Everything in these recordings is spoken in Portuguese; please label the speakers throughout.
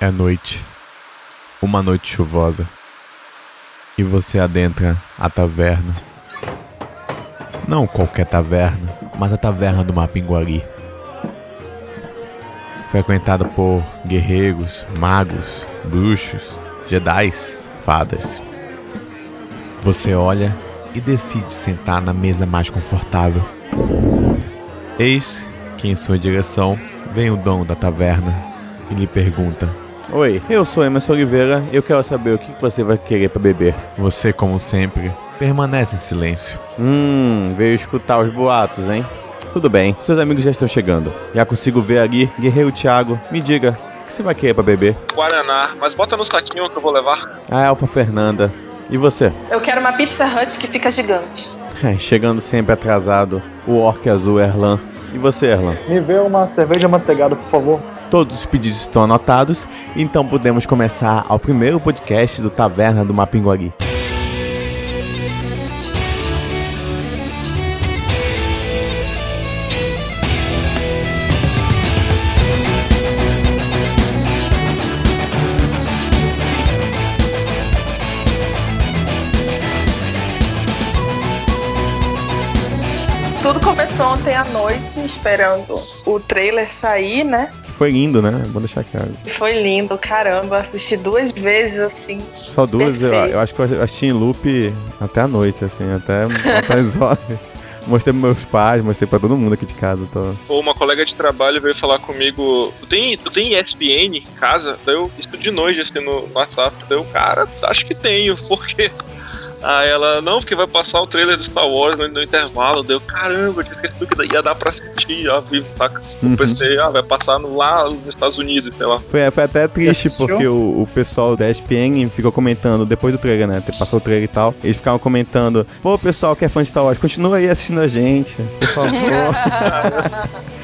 Speaker 1: É noite. Uma noite chuvosa. E você adentra a taverna. Não qualquer taverna, mas a taverna do Mapinguari. Frequentada por guerreiros, magos, bruxos, jedis, fadas. Você olha e decide sentar na mesa mais confortável. Eis que em sua direção vem o dono da taverna e lhe pergunta:
Speaker 2: Oi, eu sou Emerson Oliveira e eu quero saber o que que você vai querer pra beber.
Speaker 1: Você, como sempre, permanece em silêncio.
Speaker 2: Hum, veio escutar os boatos, hein? Tudo bem, seus amigos já estão chegando. Já consigo ver ali, Guerreiro Thiago. Me diga, o que você vai querer pra beber?
Speaker 3: Guaraná, mas bota no saquinho que eu vou levar.
Speaker 2: A Elfa Fernanda. E você?
Speaker 4: Eu quero uma Pizza Hut que fica gigante.
Speaker 2: Ai, Chegando sempre atrasado, o Orc Azul Erlan. E você, Erlan?
Speaker 5: Me vê uma cerveja manteigada, por favor.
Speaker 2: Todos os pedidos estão anotados, então podemos começar ao primeiro podcast do Taverna do Mapinguari.
Speaker 4: Tudo começou ontem à noite, esperando o trailer sair, né?
Speaker 2: Que Foi lindo, né? Vou deixar claro.
Speaker 4: E foi lindo, caramba. Assisti duas vezes assim.
Speaker 2: Só duas, eu,
Speaker 4: Perfeito.
Speaker 2: eu acho que eu assisti em loop até a noite, assim, até, até as horas. Mostrei pros meus pais, mostrei pra todo mundo aqui de casa. então. Tô...
Speaker 3: Ou uma colega de trabalho veio falar comigo: Tu tem, tu tem ESPN em casa? Daí eu, isso de noite assim no no WhatsApp. Daí eu, cara, acho que tenho, por quê? Aí ela, não, porque vai passar o trailer do Star Wars no, no intervalo. Daí eu, caramba, tinha esquecido que ia dar pra assistir ao vivo, saca? Eu
Speaker 2: Uhum.
Speaker 3: pensei, ah, vai passar no, lá nos Estados Unidos, sei lá.
Speaker 2: Foi, foi até triste
Speaker 5: Assistiu?
Speaker 2: porque o, o pessoal da ESPN ficou comentando, depois do trailer, né? Ter passado o trailer e tal, eles ficavam comentando: Pô, pessoal que é fã de Star Wars, continua aí assistindo a gente, por favor.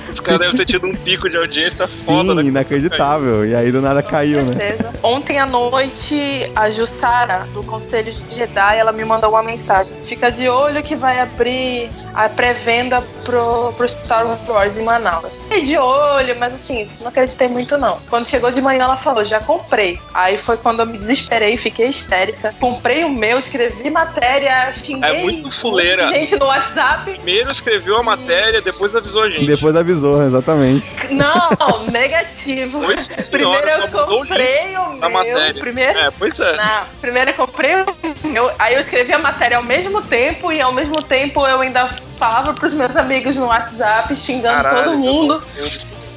Speaker 3: Os caras devem ter tido um pico de audiência foda,
Speaker 2: Sim,
Speaker 3: né?
Speaker 2: inacreditável. E aí do nada caiu,
Speaker 4: Com
Speaker 2: né?
Speaker 4: certeza. Ontem à noite, a Jussara, do Conselho de Jedi, ela me mandou uma mensagem. Fica de olho que vai abrir a pré-venda pro, pro Star Wars em Manaus. Fiquei de olho, mas assim, não acreditei muito não. Quando chegou de manhã, ela falou, já comprei. Aí foi quando eu me desesperei, fiquei histérica. Comprei o meu, escrevi matéria, xinguei
Speaker 3: É muito fuleira.
Speaker 4: gente no WhatsApp.
Speaker 3: Primeiro escreveu a matéria, depois avisou a gente.
Speaker 2: Depois avisou, exatamente.
Speaker 4: Não, negativo.
Speaker 3: Oi, senhora,
Speaker 4: Primeiro
Speaker 3: só
Speaker 4: eu
Speaker 3: mudou o link
Speaker 4: comprei o
Speaker 3: da
Speaker 4: meu.
Speaker 3: matéria.
Speaker 4: Primeiro
Speaker 3: É, pois é.
Speaker 4: Na primeira eu comprei o meu, aí eu escrevi a matéria ao mesmo tempo e ao mesmo tempo eu ainda falava pros meus amigos no WhatsApp, xingando todo mundo
Speaker 3: eu-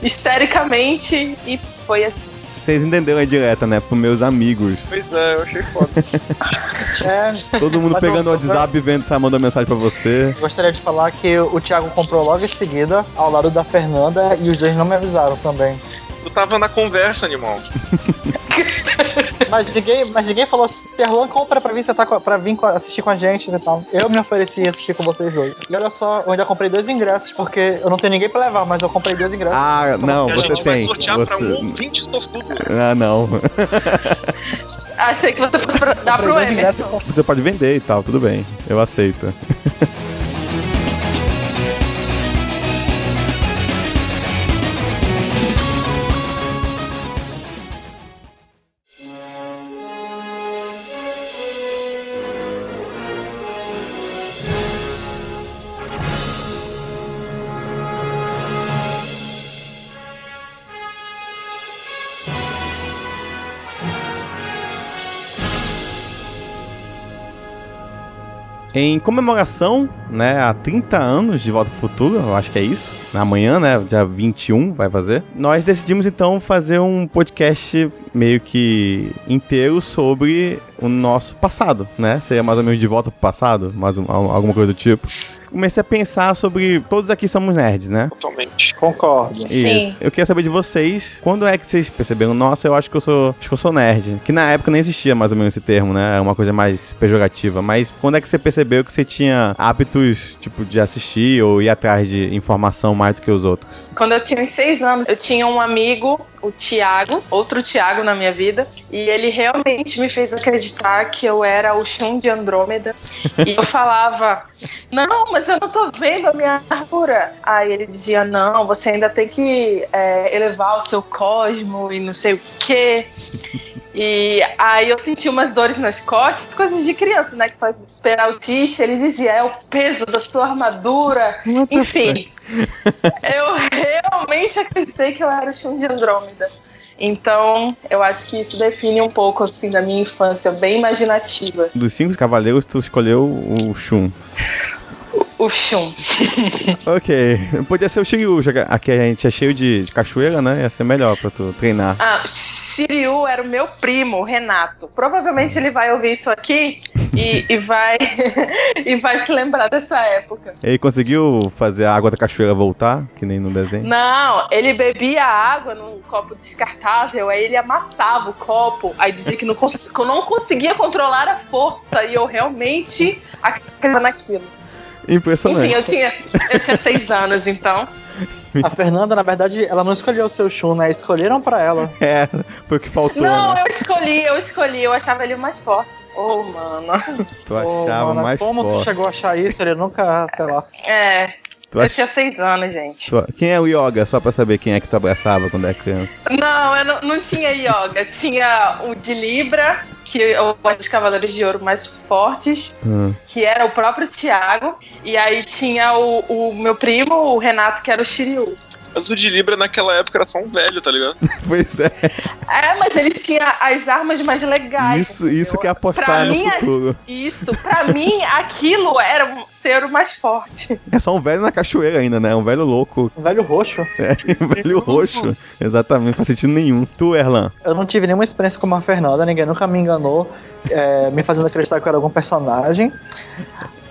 Speaker 4: histericamente e foi assim.
Speaker 2: Vocês entenderam a direta, né? Pros meus amigos.
Speaker 3: Pois é, eu achei foda.
Speaker 5: É,
Speaker 2: Todo mundo
Speaker 5: Mas
Speaker 2: pegando
Speaker 5: eu-
Speaker 2: o WhatsApp e vendo se ela mandou mensagem pra você.
Speaker 5: gostaria de falar que o Thiago comprou logo em seguida, ao lado da Fernanda, e os dois não me avisaram também.
Speaker 3: Tu tava na conversa, animal.
Speaker 5: Mas ninguém, mas ninguém falou assim, Terlan compra pra vir, sentar com, a- pra vir co- assistir com a gente e tal. Eu me ofereci a assistir com vocês dois. E olha só, eu ainda comprei dois ingressos, porque eu não tenho ninguém pra levar, mas eu comprei dois ingressos. Então,
Speaker 2: Ah, não,
Speaker 3: E a
Speaker 2: você
Speaker 3: gente vai
Speaker 2: tem.
Speaker 3: sortear pra um
Speaker 2: Você...
Speaker 3: ouvinte sortudo.
Speaker 2: Ah, não.
Speaker 4: Achei que você fosse pra- dar
Speaker 5: Comprei
Speaker 4: pro
Speaker 5: dois ingressos
Speaker 4: Emerson.
Speaker 5: com
Speaker 2: Você pode vender e tal, tudo bem. Eu aceito. Em comemoração, né, a 30 anos de Volta pro Futuro, eu acho que é isso. Na manhã, né, dia 21 vai fazer. Nós decidimos então fazer um podcast meio que inteiro sobre o nosso passado, né? Seria mais ou menos de volta pro passado, mais um- al- alguma coisa do tipo. Comecei a pensar sobre todos aqui somos nerds, né?
Speaker 3: Totalmente.
Speaker 5: Concordo.
Speaker 4: Sim.
Speaker 2: Eu queria saber de vocês, quando é que vocês perceberam, nossa, eu acho que eu sou, acho que eu sou nerd. Que na época nem existia mais ou menos esse termo, né? É uma coisa mais pejorativa, mas quando é que você percebeu que você tinha hábitos, tipo, de assistir ou ir atrás de informação mais do que os outros?
Speaker 4: Quando eu tinha uns seis anos, eu tinha um amigo, o Tiago, outro Tiago na minha vida, e ele realmente me fez acreditar que eu era o Shun de Andrômeda. e eu falava, não, mas mas eu não tô vendo a minha árvore. Aí ele dizia, não, você ainda tem que é, elevar o seu cosmo e não sei o quê. E aí eu senti umas dores nas costas, coisas de criança, né? Que faz peraltice. Ele dizia, é o peso da sua armadura. Enfim, eu realmente acreditei que eu era o Shun de Andrômeda. Então, eu acho que isso define um pouco, assim, da minha infância, bem imaginativa.
Speaker 2: Dos cinco cavaleiros, tu escolheu o Shun.
Speaker 4: O Shun.
Speaker 2: Ok. Podia ser o Shiryu, já que aqui a gente é cheio de, de cachoeira, né? Ia ser melhor pra tu treinar.
Speaker 4: Ah, Shiryu era o meu primo, o Renato. Provavelmente ele vai ouvir isso aqui e, e vai, e vai se lembrar dessa época.
Speaker 2: Ele conseguiu fazer a água da cachoeira voltar, que nem no desenho?
Speaker 4: Não, ele bebia água num copo descartável, aí ele amassava o copo, aí dizia que não, cons- que eu não conseguia controlar a força, e eu realmente acreditava naquilo.
Speaker 2: Impressionante.
Speaker 4: Enfim, eu tinha, eu tinha seis anos, então.
Speaker 5: A Fernanda, na verdade, ela não escolheu o seu Shun, né? Escolheram pra ela.
Speaker 2: É, foi o que faltou,
Speaker 4: Não,
Speaker 2: né?
Speaker 4: eu escolhi, eu escolhi, eu achava ele o mais forte. Oh, mano.
Speaker 2: Tu
Speaker 5: Ô,
Speaker 2: achava
Speaker 5: mana,
Speaker 2: mais
Speaker 5: como tu
Speaker 2: forte.
Speaker 5: chegou a achar isso? Ele nunca, sei lá.
Speaker 4: É,
Speaker 2: Tu
Speaker 4: eu
Speaker 2: ach-
Speaker 4: tinha seis anos, gente.
Speaker 2: tu- Quem é o Yoga? Só pra saber quem é que tu abraçava quando era criança.
Speaker 4: Não, eu não, não tinha yoga. Tinha o de Libra, que é eu acho os Cavaleiros de Ouro mais fortes,
Speaker 2: Hum.
Speaker 4: que era o próprio Tiago. E aí tinha o, o meu primo, o Renato, que era o Shiryu.
Speaker 3: Mas o de Libra naquela época era só um velho, tá ligado?
Speaker 2: Pois é,
Speaker 4: É, mas eles tinham as armas mais legais.
Speaker 2: isso, isso que é
Speaker 4: Pra
Speaker 2: apostar no
Speaker 4: mim é-
Speaker 2: futuro.
Speaker 4: Isso, pra mim, aquilo era um ser o mais forte.
Speaker 2: É só um velho na cachoeira ainda, né? Um velho louco,
Speaker 5: Um velho roxo.
Speaker 2: um velho roxo. Exatamente, não faz sentido nenhum. Tu, Erlan,
Speaker 5: Eu não tive nenhuma experiência com a Fernanda, ninguém nunca me enganou, é, me fazendo acreditar que eu era algum personagem.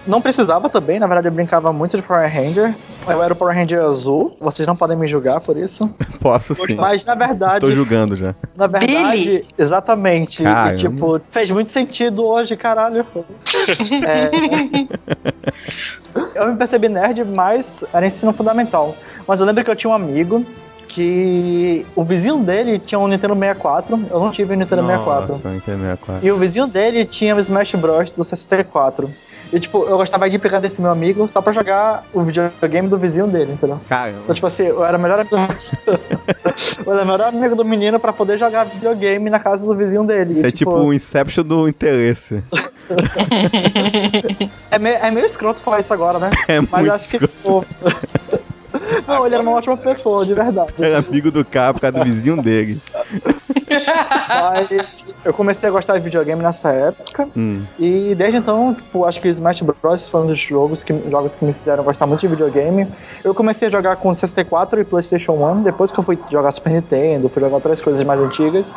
Speaker 5: Não precisava também, na verdade eu brincava muito de Power Ranger. Eu era o Power Ranger azul, vocês não podem me julgar por isso.
Speaker 2: posso sim.
Speaker 5: Mas na
Speaker 2: Estou
Speaker 5: verdade,
Speaker 2: julgando já.
Speaker 5: na verdade,
Speaker 4: Billy.
Speaker 5: exatamente.
Speaker 2: Caramba.
Speaker 5: Tipo, fez muito sentido hoje, caralho. É. eu me percebi nerd, mas era ensino fundamental. Mas eu lembro que eu tinha um amigo que o vizinho dele tinha um Nintendo 64, eu não tive um Nintendo 64.
Speaker 2: Nossa, é Nintendo 64.
Speaker 5: E o vizinho dele tinha o Smash Bros do 64. E, tipo, eu gostava de ir pra casa desse meu amigo só pra jogar o videogame do vizinho dele, entendeu? Então,
Speaker 2: Caramba.
Speaker 5: tipo assim, eu era o melhor amigo. eu era o melhor amigo do menino pra poder jogar videogame na casa do vizinho dele.
Speaker 2: Isso
Speaker 5: E,
Speaker 2: é tipo o Inception do interesse.
Speaker 5: é, meio, é meio escroto falar isso agora, né?
Speaker 2: É
Speaker 5: Mas
Speaker 2: muito
Speaker 5: acho que. Tipo... Não, ele era uma ótima pessoa, de verdade.
Speaker 2: Era amigo do cara por causa do vizinho dele.
Speaker 5: Mas eu comecei a gostar de videogame nessa época.
Speaker 2: Hum.
Speaker 5: E desde então, tipo, acho que Smash Bros. foi um dos jogos que, jogos que me fizeram gostar muito de videogame. Eu comecei a jogar com 64 e PlayStation 1, depois que eu fui jogar Super Nintendo, fui jogar outras coisas mais antigas.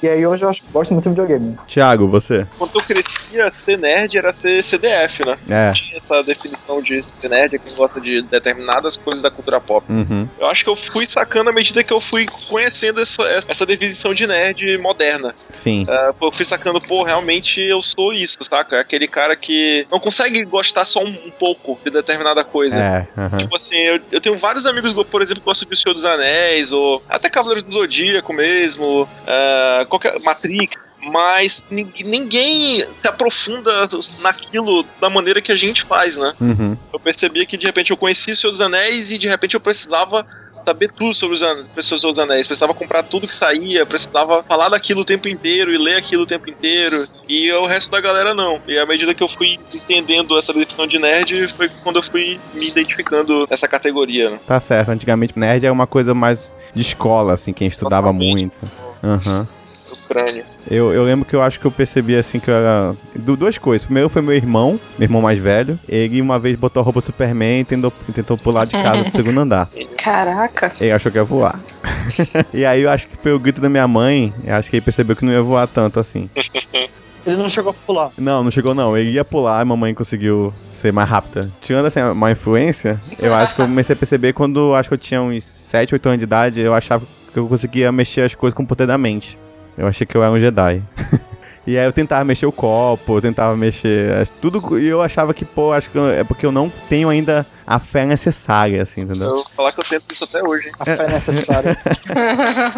Speaker 5: E aí hoje eu acho que gosto muito de videogame.
Speaker 2: Tiago, uhum. você?
Speaker 3: Quando eu crescia, ser nerd era ser CDF, né?
Speaker 2: É.
Speaker 3: Tinha essa definição de ser nerd, é quem gosta de determinadas coisas da cultura pop.
Speaker 2: Uhum.
Speaker 3: Eu acho que eu fui sacando à medida que eu fui conhecendo essa, essa definição de nerd moderna.
Speaker 2: Sim.
Speaker 3: Ah, Eu fui sacando, pô, realmente eu sou isso, saca? É Aquele cara que não consegue gostar só um, um pouco de determinada coisa.
Speaker 2: É. aham.
Speaker 3: Tipo assim, eu, eu tenho vários amigos, por exemplo, que gostam de Senhor dos Anéis, ou até Cavaleiro do Zodíaco mesmo, ah, qualquer Matrix, mas nin- ninguém se aprofunda naquilo da maneira que a gente faz, né?
Speaker 2: Uhum.
Speaker 3: Eu percebia que de repente eu conhecia o Senhor dos Anéis e de repente eu precisava saber tudo sobre os, an sobre os Senhor dos Anéis, precisava comprar tudo que saía, precisava falar daquilo o tempo inteiro e ler aquilo o tempo inteiro, e o resto da galera não. E à medida que eu fui entendendo essa definição de nerd, foi quando eu fui me identificando nessa categoria, né?
Speaker 2: Tá certo. Antigamente, nerd é uma coisa mais de escola, assim, quem estudava
Speaker 3: Totalmente.
Speaker 2: muito. Aham.
Speaker 3: No crânio.
Speaker 2: Eu, eu lembro que eu acho que eu percebi assim que eu era. du- duas coisas. Primeiro foi meu irmão, meu irmão mais velho. Ele uma vez botou a roupa do Superman e tentou, tentou pular de casa do segundo andar.
Speaker 4: Caraca.
Speaker 2: Ele achou que ia voar. e aí eu acho que pelo grito da minha mãe, eu acho que ele percebeu que não ia voar tanto assim.
Speaker 5: Ele não chegou a pular.
Speaker 2: Não, não chegou não. Ele ia pular e mamãe conseguiu ser mais rápida. Tirando assim, uma influência, eu acho que eu comecei a perceber quando acho que eu tinha uns 7, 8 anos de idade, eu achava que eu conseguia mexer as coisas com o poder da mente. Eu achei que eu era um Jedi. e aí eu tentava mexer o copo, eu tentava mexer as- tudo, e eu achava que, pô, acho que eu- é porque eu não tenho ainda a fé necessária, assim, entendeu?
Speaker 3: Eu vou falar que eu tento isso até hoje, hein?
Speaker 5: A fé necessária.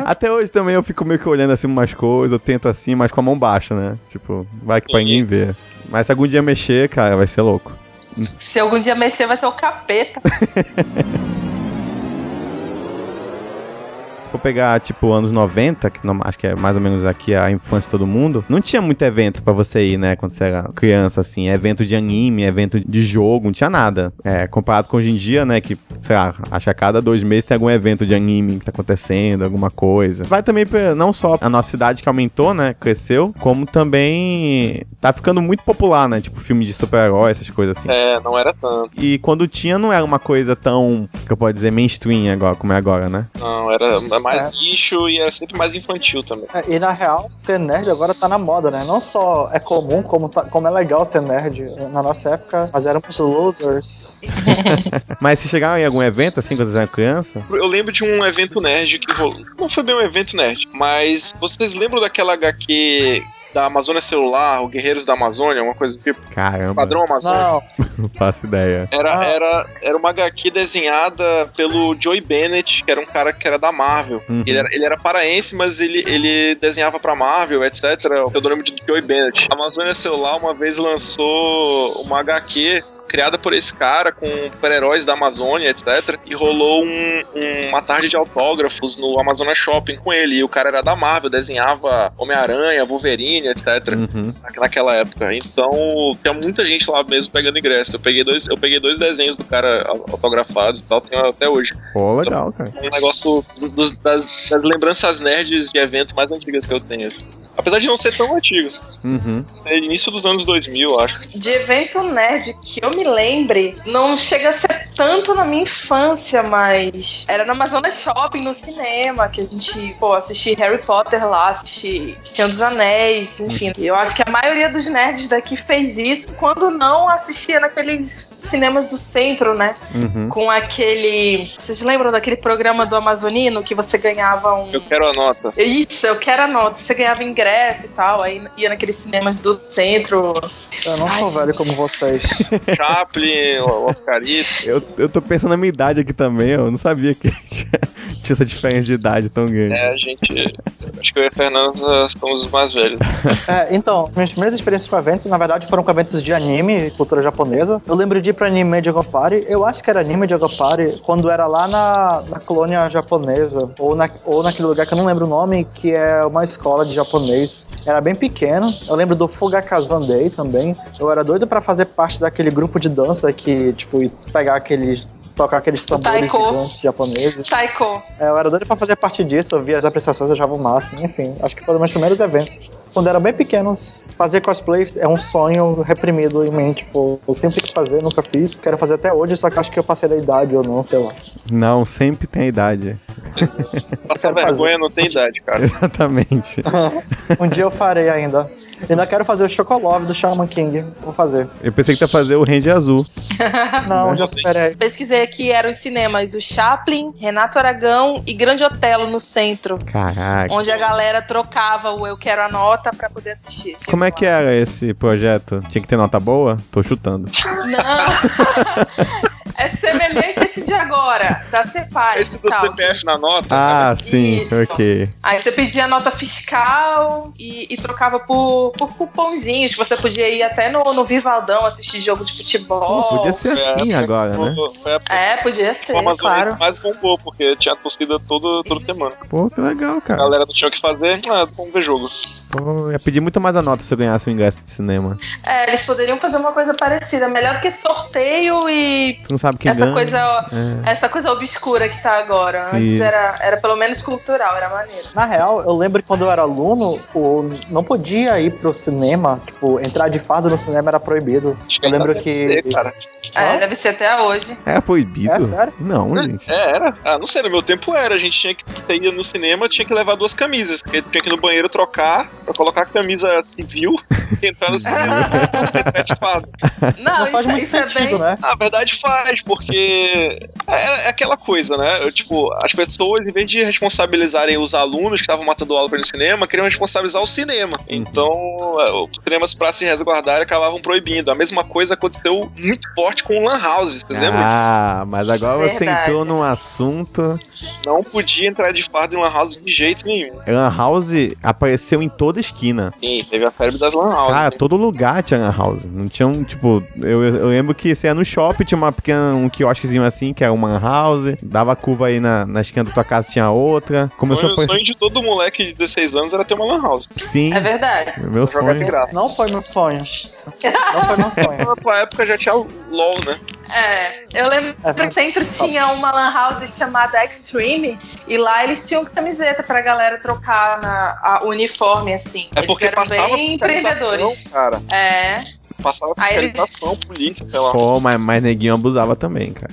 Speaker 2: Até hoje também eu fico meio que olhando assim umas coisas, eu tento assim, mas com a mão baixa, né? Tipo, vai que pra ninguém ver. Mas se algum dia mexer, cara, vai ser louco.
Speaker 4: Se algum dia mexer, vai ser o capeta.
Speaker 2: Se for pegar, tipo, anos 90, que não- acho que é mais ou menos aqui a infância de todo mundo, não tinha muito evento pra você ir, né? Quando você era criança, assim. Evento de anime, evento de jogo, não tinha nada. É, comparado com hoje em dia, né? Que, sei lá, acho que a cada dois meses tem algum evento de anime que tá acontecendo, alguma coisa. Vai também pra, não só a nossa cidade que aumentou, né? Cresceu, como também tá ficando muito popular, né? Tipo, filme de super-herói, essas coisas assim.
Speaker 3: É, não era tanto.
Speaker 2: E quando tinha, não era uma coisa tão, que eu posso dizer, mainstream agora, como é agora, né?
Speaker 3: Não, era mais
Speaker 5: É.
Speaker 3: lixo e era sempre mais infantil também.
Speaker 5: É, E na real, ser nerd agora tá na moda, né? Não só é comum, como, tá- como é legal ser nerd. Na nossa época, nós éramos losers.
Speaker 2: Mas se chegar em algum evento, assim, quando você era criança,
Speaker 3: Eu lembro de um evento nerd que rolou. Não foi bem um evento nerd, mas vocês lembram daquela HQ da Amazônia Celular, o Guerreiros da Amazônia, uma coisa do tipo,
Speaker 2: caramba,
Speaker 3: padrão Amazônia?
Speaker 5: Não,
Speaker 2: não faço ideia.
Speaker 3: Era,
Speaker 5: Ah.
Speaker 3: era, era uma HQ desenhada pelo Joey Bennett, que era um cara que era da Marvel.
Speaker 2: Uhum.
Speaker 3: Ele, era, ele era paraense, mas ele, ele desenhava pra Marvel, etc. O pseudônimo de Joey Bennett. A Amazônia Celular uma vez lançou uma HQ criada por esse cara com super-heróis da Amazônia, etc. E rolou um- uma tarde de autógrafos no Amazonas Shopping com ele. E o cara era da Marvel, desenhava Homem-Aranha, Wolverine, etc
Speaker 2: Uhum.
Speaker 3: na- naquela época. Então, tinha muita gente lá mesmo pegando ingresso. Eu peguei dois, eu peguei dois desenhos do cara autografados e tal, tenho até hoje.
Speaker 2: Pô, legal, cara.
Speaker 3: Um negócio do- dos- das, das lembranças nerds de eventos mais antigas que eu tenho. assim. Apesar de não ser tão antigo,
Speaker 2: Uhum.
Speaker 3: é início dos anos 2000, eu acho.
Speaker 4: De evento nerd que eu me lembre, não chega a ser tanto na minha infância, mas era na Amazonas Shopping, no cinema, que a gente, pô, assistia Harry Potter lá, assisti Senhor dos Anéis, enfim. Eu acho que a maioria dos nerds daqui fez isso, quando não assistia naqueles cinemas do centro, né?
Speaker 2: Uhum.
Speaker 4: Com aquele. Vocês lembram daquele programa do Amazonino que você ganhava um.
Speaker 3: Eu quero a nota.
Speaker 4: Isso, eu quero a nota. Você ganhava ingresso e tal, aí ia naqueles cinemas do centro.
Speaker 5: eu não
Speaker 4: Ai,
Speaker 5: sou velho
Speaker 4: gente.
Speaker 5: como vocês.
Speaker 3: Chaplin, o Oscarito.
Speaker 2: Eu, eu tô pensando na minha idade aqui também, eu não sabia que tinha essa diferença de idade tão grande.
Speaker 3: É, a gente. Acho que eu e a Fernanda somos os mais velhos.
Speaker 5: É, então, minhas primeiras experiências com eventos, na verdade, foram com eventos de anime e cultura japonesa. Eu lembro de ir pra anime de Agopari, eu acho que era anime de Agopari, quando era lá na, na colônia japonesa, ou, na, ou naquele lugar que eu não lembro o nome, que é uma escola de japonês. Era bem pequeno, eu lembro do Fugakazan Day também. Eu era doido pra fazer parte daquele grupo de dança que, tipo, ia pegar aqueles... Tocar aqueles tambores
Speaker 4: taiko.
Speaker 5: gigantes japoneses.
Speaker 4: Taiko.
Speaker 5: É, eu era doido pra fazer parte disso, eu via as apreciações, eu achava o máximo, enfim. Acho que foram meus primeiros eventos. Quando eu era bem pequenos, fazer cosplay é um sonho reprimido em mim, tipo, eu sempre quis fazer, nunca fiz. Quero fazer até hoje, só que acho que eu passei da idade ou não, sei lá.
Speaker 2: Não, sempre tem a idade.
Speaker 3: Passar
Speaker 5: Eu quero
Speaker 3: vergonha não tem idade, cara.
Speaker 2: Exatamente.
Speaker 5: Um dia eu farei ainda. Ainda quero fazer o Chocolove do Shaman King. Vou fazer.
Speaker 2: Eu pensei que tu ia fazer o Range Azul.
Speaker 5: Não, um já superei.
Speaker 4: Pesquisei aqui, eram os cinemas o Chaplin, Renato Aragão e Grande Otelo no centro.
Speaker 2: Caraca.
Speaker 4: Onde a galera trocava o Eu Quero a Nota pra poder assistir.
Speaker 2: Como é que era esse projeto? Tinha que ter nota boa? Tô chutando.
Speaker 4: Não! é semelhante a esse de agora, tá? da Cepaz.
Speaker 3: Esse do CPF na nota.
Speaker 2: Ah, sim,
Speaker 4: Isso.
Speaker 2: ok.
Speaker 4: Aí você pedia nota fiscal e, e trocava por, por cupomzinhos. Você podia ir até no, no Vivaldão assistir jogo de futebol.
Speaker 2: Podia ser assim
Speaker 3: Essa
Speaker 2: agora, né?
Speaker 3: Foi a
Speaker 4: É, podia ser,
Speaker 3: Amazônia
Speaker 4: claro.
Speaker 3: mais bombou, porque tinha torcida todo, toda semana.
Speaker 2: Pô, que legal,
Speaker 3: A
Speaker 2: cara.
Speaker 3: galera não tinha o que fazer, ah, vamos ver jogo.
Speaker 2: Pô, eu ia pedir muito mais a nota se eu ganhasse um ingresso de cinema.
Speaker 4: É, eles poderiam fazer uma coisa parecida. Melhor que sorteio e
Speaker 2: Tu não sabe quem
Speaker 4: essa
Speaker 2: ganha.
Speaker 4: coisa,
Speaker 2: É.
Speaker 4: essa coisa obscura que tá agora. Antes
Speaker 2: Isso.
Speaker 4: era, era pelo menos cultural, era maneiro.
Speaker 5: Na real, eu lembro que quando eu era aluno, o... não podia ir pro cinema. Tipo, entrar de fardo no cinema era proibido.
Speaker 3: Acho
Speaker 5: Eu
Speaker 3: ainda
Speaker 5: lembro
Speaker 3: deve
Speaker 5: que-
Speaker 3: ser, cara.
Speaker 4: É, deve ser até hoje.
Speaker 2: É proibido?
Speaker 5: É sério?
Speaker 2: Não, gente.
Speaker 3: É, era. Ah, não sei, no meu tempo era. A gente tinha que que ir no cinema, tinha que levar duas camisas. porque Tinha que ir no banheiro trocar, pra colocar a camisa civil e entrar no cinema. Repete fado.
Speaker 4: Não,
Speaker 5: Não faz
Speaker 4: isso,
Speaker 5: muito
Speaker 4: isso é bem.
Speaker 5: sentido, né?
Speaker 3: Na verdade faz, porque é, é aquela coisa, né? Eu, tipo, as pessoas, em vez de responsabilizarem os alunos que estavam matando aula para ir no cinema, queriam responsabilizar o cinema.
Speaker 2: Uhum.
Speaker 3: Então, é, os cinemas para se resguardar acabavam proibindo. A mesma coisa aconteceu muito forte com Lan House, vocês lembram disso?
Speaker 2: Ah, mas agora você
Speaker 4: Verdade.
Speaker 2: entrou num assunto.
Speaker 3: Não podia entrar de fardo em Lan House de jeito nenhum.
Speaker 2: Lan House apareceu em toda esquina.
Speaker 3: Sim, teve a febre das Lan House.
Speaker 2: Cara,
Speaker 3: né?
Speaker 2: todo lugar tinha lan house. Não tinha um, tipo... Eu, eu lembro que você ia no shopping, tinha uma pequena, um quiosquezinho assim, que era uma lan house. Dava curva aí na, na esquina da tua casa, tinha outra.
Speaker 3: O
Speaker 2: Começou a
Speaker 3: sonho,
Speaker 2: pôr...
Speaker 3: um sonho de todo moleque de 16 anos era ter uma Lan House.
Speaker 2: Sim,
Speaker 4: É verdade.
Speaker 2: meu
Speaker 3: Jogar de
Speaker 2: sonho.
Speaker 3: graça.
Speaker 5: Não foi meu sonho. Não foi meu sonho.
Speaker 3: Naquela época já tinha o LOL, né?
Speaker 4: É. Eu lembro que no centro tinha uma lan house chamada Extreme e lá eles tinham camiseta pra galera trocar na, a uniforme, assim.
Speaker 3: É porque
Speaker 4: eles eram
Speaker 3: passava
Speaker 4: bem empreendedores.
Speaker 3: fiscalização, cara.
Speaker 4: É.
Speaker 3: Passava
Speaker 4: Aí eles-
Speaker 3: fiscalização política lá.
Speaker 2: Pô, mas, mas neguinho abusava também, cara.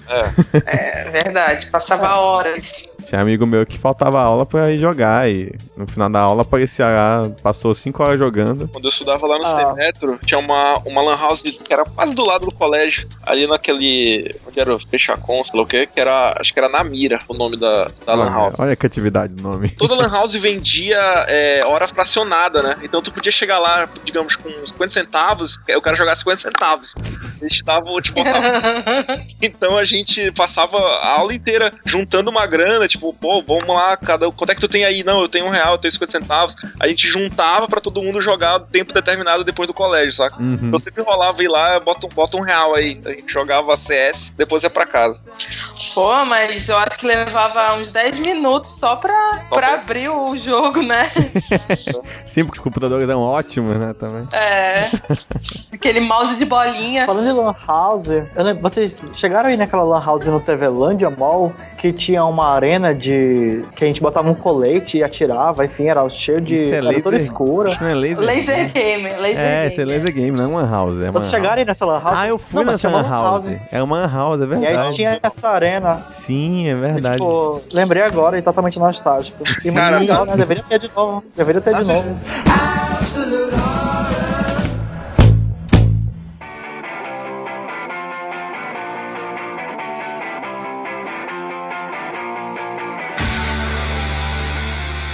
Speaker 4: É verdade. Passava horas.
Speaker 2: Tinha amigo meu que faltava aula pra ir jogar e no final da aula aparecia lá, passou 5 horas jogando.
Speaker 3: Quando eu estudava lá no
Speaker 5: Ah.
Speaker 3: Centro, tinha uma, uma lan house que era quase do lado do colégio, ali naquele. onde era o Fechacon, sei lá o quê, que era. acho que era na Mira o nome da, da lan house.
Speaker 2: Olha a criatividade do nome.
Speaker 3: Toda lan house vendia é, hora fracionada, né? Então tu podia chegar lá, digamos, com 50 centavos, aí o cara jogava 50 centavos. Eles estavam, tipo, botava- então a gente passava a aula inteira juntando uma grana, tipo, pô, vamos lá, cada... quanto é que tu tem aí? Não, eu tenho um real, eu tenho 50 centavos. A gente juntava pra todo mundo jogar tempo determinado depois do colégio, saca?
Speaker 2: Uhum.
Speaker 3: Eu sempre rolava ir lá, bota um, bota um real aí. A gente jogava CS, depois ia pra casa.
Speaker 4: Pô, mas eu acho que levava uns 10 minutos só pra, pra abrir o jogo, né?
Speaker 2: Sim, porque os computadores eram ótimos, né, também.
Speaker 4: É. Aquele mouse de bolinha.
Speaker 5: Falando em Lan House, eu lembro- vocês chegaram aí naquela Lan House no Tevelândia Mall, que tinha uma arena de. que a gente botava um colete e atirava, enfim, era cheio de.
Speaker 2: Isso é
Speaker 5: era toda escura.
Speaker 2: Isso não é laser?
Speaker 4: Laser game, laser
Speaker 2: É,
Speaker 4: game.
Speaker 2: isso é laser game, não é One House. É
Speaker 5: Vocês
Speaker 2: man house.
Speaker 5: chegaram aí nessa Lan House?
Speaker 2: Ah, eu fui
Speaker 5: mas
Speaker 2: nessa
Speaker 5: tinha uma
Speaker 2: One House. É uma One House, é
Speaker 5: E
Speaker 2: verdade.
Speaker 5: aí tinha essa arena.
Speaker 2: Sim, é verdade.
Speaker 5: Tipo, lembrei agora e totalmente nostálgico. E muito
Speaker 3: Caraca.
Speaker 5: legal, né? Deveria ter de novo. Deveria ter de novo.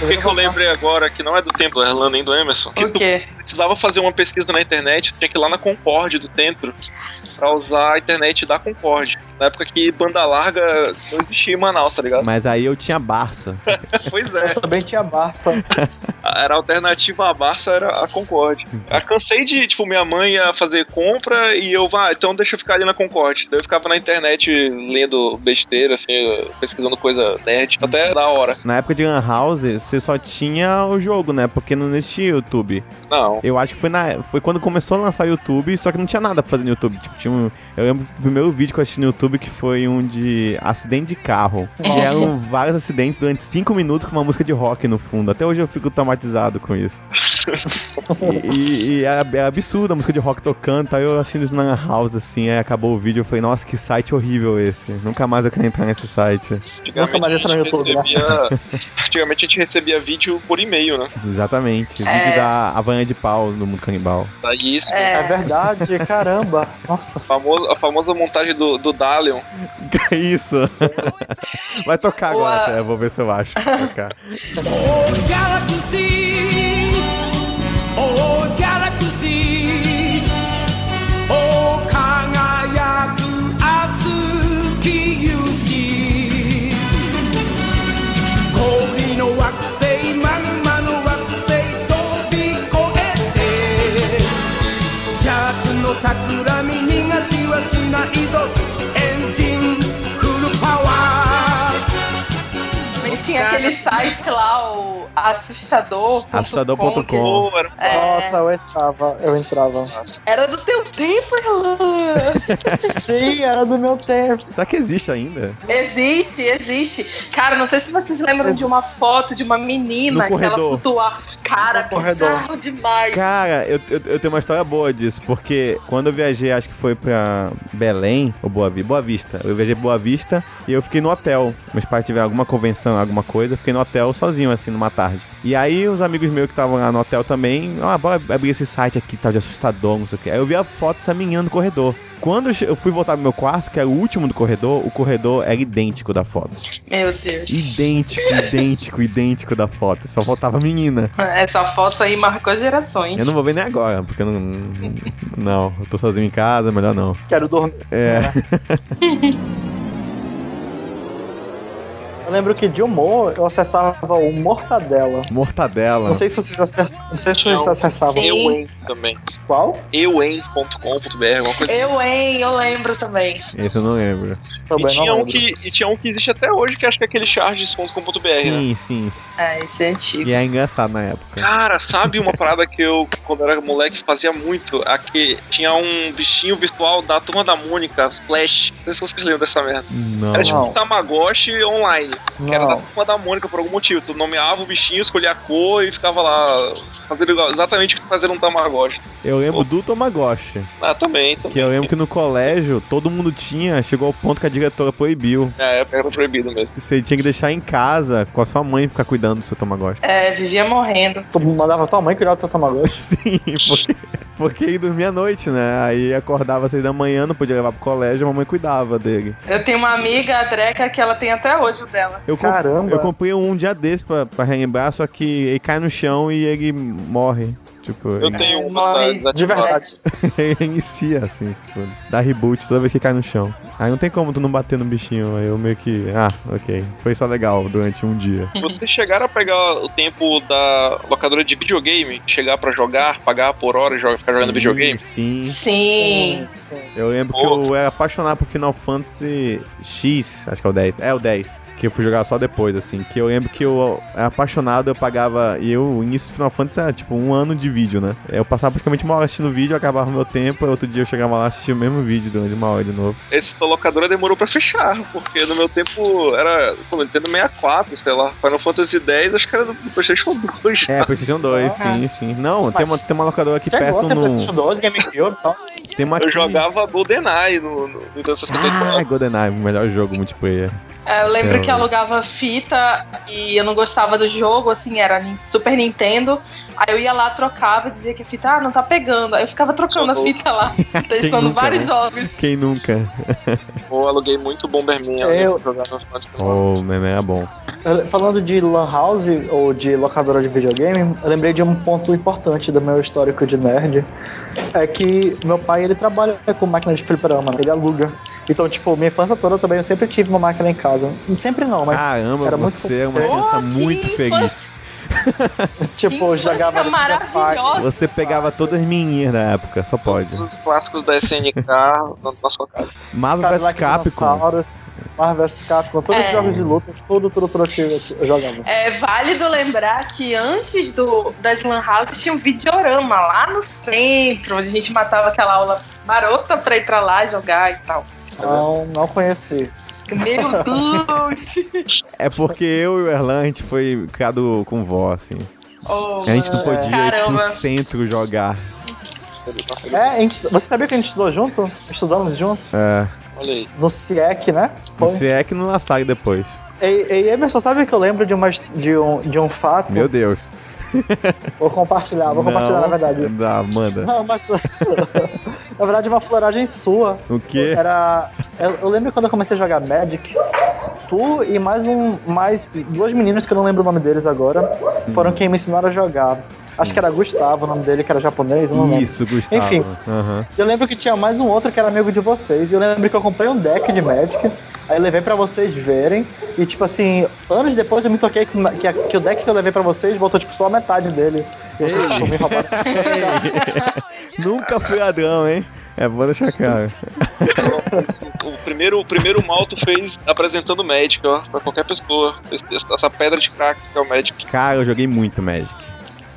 Speaker 3: O que, que eu lembrei agora, que não é do tempo da Erlan nem do Emerson, que
Speaker 4: O
Speaker 3: tu
Speaker 4: quê?
Speaker 3: precisava fazer uma pesquisa na internet, tinha que ir lá na Concorde do centro pra usar a internet da Concorde. Na época que banda larga não existia em Manaus, tá ligado?
Speaker 2: Mas aí eu tinha Barça.
Speaker 3: pois é.
Speaker 5: Eu também tinha Barça.
Speaker 3: Era a alternativa à Barça, era a Concorde. Eu cansei de, tipo, minha mãe ia fazer compra e eu, ah, então deixa eu ficar ali na Concorde. Daí eu ficava na internet lendo besteira, assim, pesquisando coisa nerd, até na hora.
Speaker 2: Na época de One House, você só tinha o jogo, né? Porque não existia YouTube.
Speaker 3: Não.
Speaker 2: Eu acho que foi, na, foi quando começou a lançar o YouTube, só que não tinha nada pra fazer no YouTube. Tipo, tinha um, eu lembro do primeiro vídeo que eu assisti no YouTube que foi um de acidente de carro. Que
Speaker 4: Nossa.
Speaker 2: eram vários acidentes durante cinco minutos com uma música de rock no fundo. Até hoje eu fico traumatizado com isso. e e, e é, é absurdo a música de rock tocando, tá? Eu assistindo isso na house, assim, aí acabou o vídeo, eu falei, nossa, que site horrível esse. Nunca mais eu quero entrar nesse site.
Speaker 3: Antigamente,
Speaker 5: Nunca mais entra no
Speaker 3: a gente
Speaker 5: YouTube, né?
Speaker 3: recebia- antigamente a gente recebia vídeo por e-mail, né?
Speaker 2: Exatamente. O
Speaker 4: É.
Speaker 2: Vídeo da Havana de Pau no Mundo Canibal.
Speaker 3: Daí isso.
Speaker 5: É
Speaker 4: É.
Speaker 5: verdade, caramba. Nossa.
Speaker 3: Famoso, a famosa montagem do, do Dalion.
Speaker 2: Que isso? Vai tocar
Speaker 4: Ou
Speaker 2: agora,
Speaker 4: a-
Speaker 2: até. vou ver se eu acho. Vai tocar.
Speaker 6: galaxy. Oh, galaxy. Oh, kagayaku azuki yushi. 氷の惑星マグマの惑星飛び越えて邪悪の企み逃がしはしないぞエンジンフルパワー
Speaker 4: Também tinha aquele site lá, o assustador.com.
Speaker 2: Assustador.com.
Speaker 4: que-
Speaker 2: Bom.
Speaker 3: Pô, era-
Speaker 5: Nossa, eu entrava, eu entrava.
Speaker 4: Era do teu tempo, Erlan.
Speaker 5: Sim, era do meu tempo.
Speaker 2: Será que existe ainda?
Speaker 4: Existe, existe. Cara, não sei se vocês lembram de uma foto de uma menina
Speaker 2: No
Speaker 4: que ela
Speaker 2: corredor.
Speaker 4: flutuava. Cara,
Speaker 5: No corredor.
Speaker 4: bizarro demais.
Speaker 2: Cara, eu, eu, eu tenho uma história boa disso, porque quando eu viajei, acho que foi pra Belém, ou Boa, Vi- Boa Vista, eu viajei pra Boa Vista e eu fiquei no hotel. Meus pais tiveram alguma convenção, alguma coisa, eu fiquei no hotel sozinho, assim, numa tarde. E aí os amigos meus que estavam lá no hotel também, ah, bora abrir esse site aqui, tal, de assustador, não sei o que. Aí eu vi a foto dessa menina no corredor. Quando eu che- eu fui voltar pro meu quarto, que era o último do corredor, o corredor era idêntico da foto.
Speaker 4: Meu Deus.
Speaker 2: idêntico, idêntico, idêntico da foto. Só faltava menina.
Speaker 4: Essa foto aí marcou gerações.
Speaker 2: Eu não vou ver nem agora, porque eu não. Não, eu tô sozinho em casa, melhor não.
Speaker 5: é? Quero dormir.
Speaker 2: É.
Speaker 5: Eu lembro que de humor eu acessava o Mortadela.
Speaker 2: Mortadela.
Speaker 5: Não sei se vocês, acess... não sei se vocês
Speaker 3: Não.
Speaker 5: acessavam
Speaker 4: Sim.
Speaker 3: um Eu, hein, também.
Speaker 5: qual.
Speaker 3: Euem.com.br, alguma coisa.
Speaker 4: Eu, hein? Eu lembro também.
Speaker 2: Esse eu não lembro.
Speaker 3: E
Speaker 5: Também não
Speaker 3: tinha, um
Speaker 5: lembro.
Speaker 3: que, e tinha um que existe até hoje, que acho que é aquele charges.com.br, né?
Speaker 2: Sim, sim. sim.
Speaker 4: É, esse é antigo.
Speaker 2: E é engraçado na época.
Speaker 3: Cara, sabe uma parada que eu, quando era moleque, fazia muito? Aqui tinha um bichinho virtual da turma da Mônica, Splash. Não sei se vocês lembram dessa merda.
Speaker 2: Não.
Speaker 3: Era tipo
Speaker 5: Não.
Speaker 3: um Tamagotchi online, que era da
Speaker 5: Não.
Speaker 3: turma da Mônica por algum motivo. Tu nomeava o bichinho, escolhia a cor e ficava lá fazendo igual- exatamente o que fazer um Tamagotchi.
Speaker 2: Eu lembro do Tamagotchi.
Speaker 3: Ah, também, também.
Speaker 2: Que eu lembro que no colégio todo mundo tinha, chegou ao ponto que a diretora proibiu.
Speaker 3: É, era proibido mesmo.
Speaker 2: Você tinha que deixar em casa com a sua mãe ficar cuidando do seu Tamagotchi.
Speaker 4: É, vivia morrendo.
Speaker 5: Tu mandava tua mãe criar o teu Tamagotchi.
Speaker 2: Sim, porque, porque ele dormia à noite, né? Aí acordava às seis da manhã, não podia levar pro colégio, a mamãe cuidava dele.
Speaker 4: Eu tenho uma amiga, a Dreca, que ela tem até hoje o dela.
Speaker 2: Eu comp-
Speaker 5: Caramba.
Speaker 2: Eu comprei um dia desse pra, pra relembrar, só que ele cai no chão e ele morre. Tipo,
Speaker 3: Eu
Speaker 2: ele,
Speaker 3: tenho
Speaker 4: É,
Speaker 3: uma né? da-
Speaker 4: morre.
Speaker 3: da-
Speaker 5: De verdade.
Speaker 2: ele reinicia, assim, tipo, dá reboot toda vez que cai no chão. Aí não tem como tu não bater no bichinho, aí eu meio que, ah, ok, foi só legal durante um dia.
Speaker 3: Tipo, Vocês chegaram a pegar o tempo da locadora de videogame? Chegar pra jogar, pagar por hora e jogar, ficar jogando videogame?
Speaker 2: Sim,
Speaker 4: Sim.
Speaker 5: Sim.
Speaker 2: eu lembro que
Speaker 3: Pô.
Speaker 2: eu era apaixonado por Final Fantasy X, acho que é o 10, é o 10, que eu fui jogar só depois, assim, que eu lembro que eu era apaixonado, eu pagava, e eu, início do Final Fantasy era tipo um ano de vídeo, né? Eu passava praticamente uma hora assistindo vídeo, eu acabava meu tempo, aí outro dia eu chegava lá e assistia o mesmo vídeo durante uma hora de novo.
Speaker 3: Essa locadora demorou pra fechar, porque no meu tempo era pô, Nintendo 64, sei lá, Final Fantasy X, acho que era do PlayStation um, 2.
Speaker 2: É, Playstation 2, sim, sim. Não, tem uma, tem uma locadora aqui
Speaker 5: Ah, Chegou
Speaker 2: perto
Speaker 5: até PlayStation
Speaker 2: no...
Speaker 5: 12, GameCube e tal.
Speaker 2: Tem uma
Speaker 3: Eu
Speaker 2: aqui-
Speaker 3: jogava GoldenEye no, no Nintendo 64.
Speaker 2: Ah, GoldenEye, o melhor jogo multiplayer.
Speaker 4: É, Eu lembro
Speaker 2: É,
Speaker 4: que
Speaker 2: eu-
Speaker 4: alugava fita e eu não gostava do jogo, assim, era Nin- Super Nintendo. Aí eu ia lá, trocava, dizia que a fita, ah, não tá pegando. Aí eu ficava trocando a
Speaker 3: Só
Speaker 4: fita lá, testando
Speaker 2: nunca,
Speaker 4: vários
Speaker 2: né?
Speaker 4: jogos.
Speaker 2: Quem nunca?
Speaker 3: Eu aluguei muito Bomberman, eu,
Speaker 5: Eu-
Speaker 3: jogava no final de semana.
Speaker 2: Oh, meme é bom.
Speaker 5: Falando de Lan House ou de locadora de videogame, eu lembrei de um ponto importante do meu histórico de nerd. É que meu pai, ele trabalha com máquina de fliperama, ele aluga. Então, tipo, minha infância toda também, eu sempre tive uma máquina em casa. Sempre não, mas
Speaker 2: Caramba,
Speaker 5: era muito...
Speaker 2: Ah, você é uma
Speaker 4: Oh,
Speaker 2: criança
Speaker 4: que
Speaker 2: muito feliz.
Speaker 4: infância- que
Speaker 5: Tipo, eu
Speaker 4: infância
Speaker 5: jogava... Ninja
Speaker 4: maravilhosa.
Speaker 2: Você pegava todas as menininhas da época, só pode.
Speaker 3: Todos os clássicos da SNK na, na sua casa.
Speaker 2: Marvel
Speaker 5: Cadillac
Speaker 2: vs Capcom.
Speaker 5: Dinossauros, Marvel vs Capcom, todos
Speaker 4: É.
Speaker 5: os jogos de lutas, tudo, tudo, tudo eu eu jogava.
Speaker 4: É válido lembrar que antes do, das Lan Houses tinha um videorama lá no centro, onde a gente matava aquela aula marota pra ir pra lá jogar e tal.
Speaker 5: Não, Então, não conheci.
Speaker 4: Meu Deus!
Speaker 2: É porque eu e o Erlan, a gente foi criado com vó, assim.
Speaker 4: Oh,
Speaker 2: A gente não
Speaker 4: mano.
Speaker 2: podia ir no
Speaker 4: Caramba.
Speaker 2: centro jogar.
Speaker 3: Então,
Speaker 5: É, a gente- você sabia que a gente estudou junto? Estudamos juntos?
Speaker 2: É.
Speaker 3: Olha aí.
Speaker 5: No CIEC, né? Foi.
Speaker 2: Você é que não na saga depois.
Speaker 5: E, e Emerson, sabe que eu lembro de, uma, de, um, de um fato?
Speaker 2: Meu Deus.
Speaker 5: Vou compartilhar, vou compartilhar na verdade.
Speaker 2: Dá, manda.
Speaker 5: Não, mas. na verdade, uma floragem sua.
Speaker 2: O quê?
Speaker 5: Era. Eu, eu lembro quando eu comecei a jogar Magic. Tu e mais um. Mais duas meninas que eu não lembro o nome deles agora. Foram
Speaker 2: Hum.
Speaker 5: quem me ensinaram a jogar. Acho que era Gustavo o nome dele, que era japonês, eu não lembro.
Speaker 2: Isso, Gustavo.
Speaker 5: um Enfim.
Speaker 2: Aham.
Speaker 5: Eu lembro que tinha mais um outro que era amigo de vocês. Eu lembro que eu comprei um deck de Magic. Aí eu levei pra vocês verem. E, tipo assim, anos depois eu me toquei que, que, que o deck que eu levei pra vocês voltou, tipo, só a metade dele. E eu, tipo, me roubaram.
Speaker 2: Nunca fui ladrão, hein? É, vou deixar claro.
Speaker 3: O primeiro, o primeiro mal tu fez apresentando o Magic, ó, pra qualquer pessoa. Esse- Essa pedra de crack que é o Magic.
Speaker 2: Cara, eu joguei muito Magic.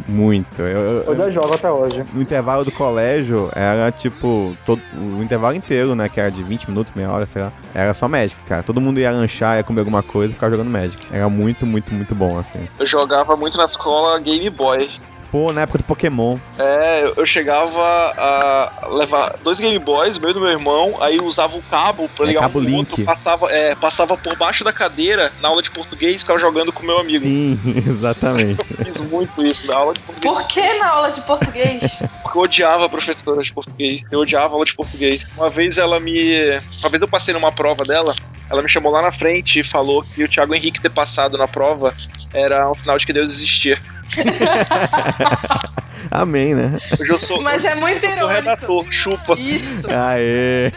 Speaker 2: Muito. Eu- eu-
Speaker 5: Eu ainda jogo até hoje.
Speaker 2: no intervalo do colégio era tipo todo, o intervalo inteiro, né? Que era de 20 minutos, meia hora, sei lá. Era só Magic, cara. Todo mundo ia lanchar, ia comer alguma coisa e ficava jogando Magic. Era muito, muito, muito bom, assim.
Speaker 3: Eu jogava muito na escola Game Boy.
Speaker 2: Pô, na época do Pokémon.
Speaker 3: É, eu- eu chegava a levar dois Game Boys, meu e do meu irmão, aí usava o cabo pra
Speaker 2: É,
Speaker 3: ligar
Speaker 2: cabo
Speaker 3: um pro
Speaker 2: link.
Speaker 3: outro, passava, é, passava por baixo da cadeira na aula de português, ficava jogando com meu amigo.
Speaker 2: Sim, exatamente.
Speaker 3: Eu fiz muito isso na aula de português,
Speaker 4: Por que na aula de português?
Speaker 3: porque eu odiava a professora de português, eu odiava a aula de português. Uma vez ela me. Uma vez eu passei numa prova dela, ela me chamou lá na frente e falou que o Thiago Henrique ter passado na prova era um sinal de que Deus existia.
Speaker 2: Amém, né?
Speaker 3: Hoje eu sou.
Speaker 4: Mas é muito
Speaker 3: eu sou
Speaker 4: irônico.
Speaker 3: redator, chupa.
Speaker 4: Isso.
Speaker 2: Aê!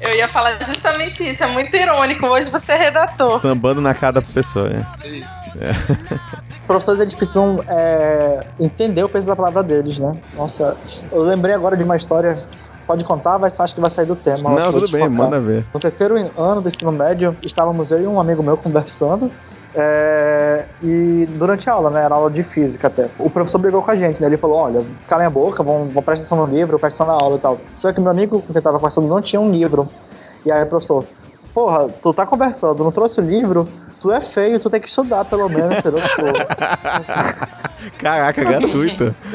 Speaker 4: Eu ia falar justamente isso, é muito irônico. Hoje você é redator.
Speaker 2: Sambando na cara da professora. né?
Speaker 5: Os professores eles precisam é, entender o peso da palavra deles, né? Nossa, eu lembrei agora de uma história. Pode contar, vai, acho que vai sair do tema. eu acho
Speaker 2: Não,
Speaker 5: que vou
Speaker 2: tudo bem,
Speaker 5: desfocar.
Speaker 2: manda ver.
Speaker 5: No terceiro ano do ensino médio, estávamos eu e um amigo meu conversando. é, e durante a aula, né? Era aula de física até. O professor brigou com a gente, né? Ele falou: olha, calem a boca, vão, vão prestar atenção no livro, presta atenção na aula e tal. Só que meu amigo com quem tava conversando não tinha um livro. E aí o professor, porra, tu tá conversando, não trouxe o livro, tu é feio, tu tem que estudar pelo menos, senão, pô.
Speaker 2: Caraca, gratuito.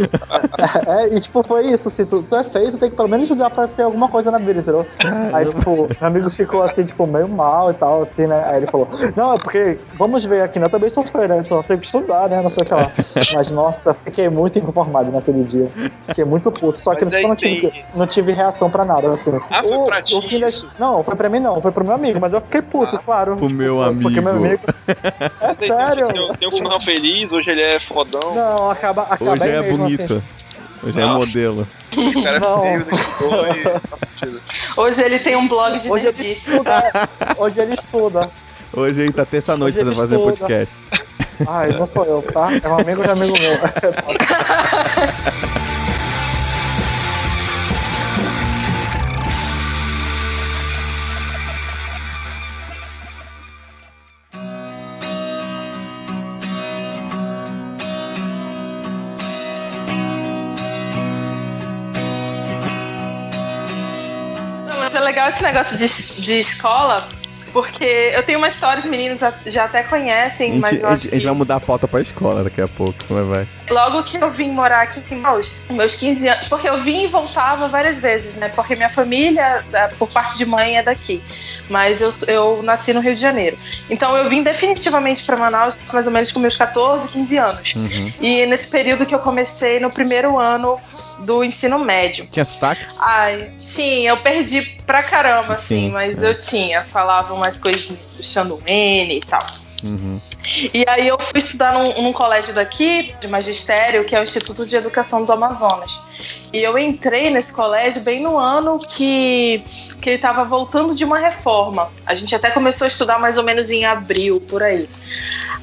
Speaker 5: É, e tipo, foi isso, assim, tu, tu é feio, tu tem que pelo menos ajudar pra ter alguma coisa na vida, entendeu? Aí, tipo, meu amigo ficou assim, tipo, meio mal e tal, assim, né? Aí ele falou, não, é porque, vamos ver aqui, né? Eu também sou feio, né? Então eu tenho que estudar, né? Não sei o que lá. Mas, nossa, fiquei muito inconformado naquele dia. Fiquei muito puto, só que
Speaker 3: Mas
Speaker 5: eu
Speaker 3: aí
Speaker 5: não tive,
Speaker 3: tem-
Speaker 5: não tive reação pra nada, assim.
Speaker 3: Ah, foi pra ti
Speaker 5: fim das-
Speaker 3: isso? Ah,
Speaker 5: Não, foi pra mim não, foi pro meu amigo, mas eu fiquei puto, claro.
Speaker 2: Pro meu
Speaker 5: Porque meu
Speaker 2: amigo.
Speaker 5: amigo... É
Speaker 3: Tem- tem-
Speaker 5: sério.
Speaker 3: Tem, um- tem um final feliz, hoje ele é fodão.
Speaker 5: Não, acaba, acaba
Speaker 2: Hoje
Speaker 5: aí
Speaker 2: é
Speaker 5: mesmo, assim.
Speaker 2: bonito. Hoje é
Speaker 3: Ah.
Speaker 2: modelo.
Speaker 3: O cara
Speaker 5: Não.
Speaker 3: é feio, deixou e. tá fudido.
Speaker 4: Hoje ele tem um blog de
Speaker 5: Hoje ele
Speaker 4: nerdice.
Speaker 5: estuda. Hoje ele estuda.
Speaker 2: Hoje aí tá terça-noite
Speaker 5: Hoje
Speaker 2: pra
Speaker 5: ele
Speaker 2: fazer
Speaker 5: estuda.
Speaker 2: podcast.
Speaker 5: Ai, não sou eu, tá? É um amigo de amigo meu.
Speaker 4: Não, mas é legal esse negócio de, de escola, porque eu tenho uma história, os meninos a- já até
Speaker 2: A
Speaker 4: conhecem,
Speaker 2: gente,
Speaker 4: mas eu
Speaker 2: a
Speaker 4: acho
Speaker 2: gente- a gente
Speaker 4: que-
Speaker 2: vai mudar a pauta pra escola daqui a pouco. Mas vai.
Speaker 4: Logo que eu vim morar aqui em Maus, meus 15 anos, porque eu vim e voltava várias vezes, né? Porque minha família, da- por parte de mãe, é daqui. Mas eu, eu nasci no Rio de Janeiro. Então eu vim definitivamente para Manaus mais ou menos com meus 14, 15 anos. E nesse período que eu comecei no primeiro ano do ensino médio.
Speaker 2: Tinha sotaque?
Speaker 4: Ai, sim, eu perdi pra caramba, assim,
Speaker 2: Sim, é.
Speaker 4: mas eu tinha. Falava umas coisinhas puxando N e tal.
Speaker 2: Uhum.
Speaker 4: E aí eu fui estudar num, num colégio daqui, de magistério, que é o Instituto de Educação do Amazonas. E eu entrei nesse colégio bem no ano que, que ele estava voltando de uma reforma. A gente até começou a estudar mais ou menos em abril, por aí.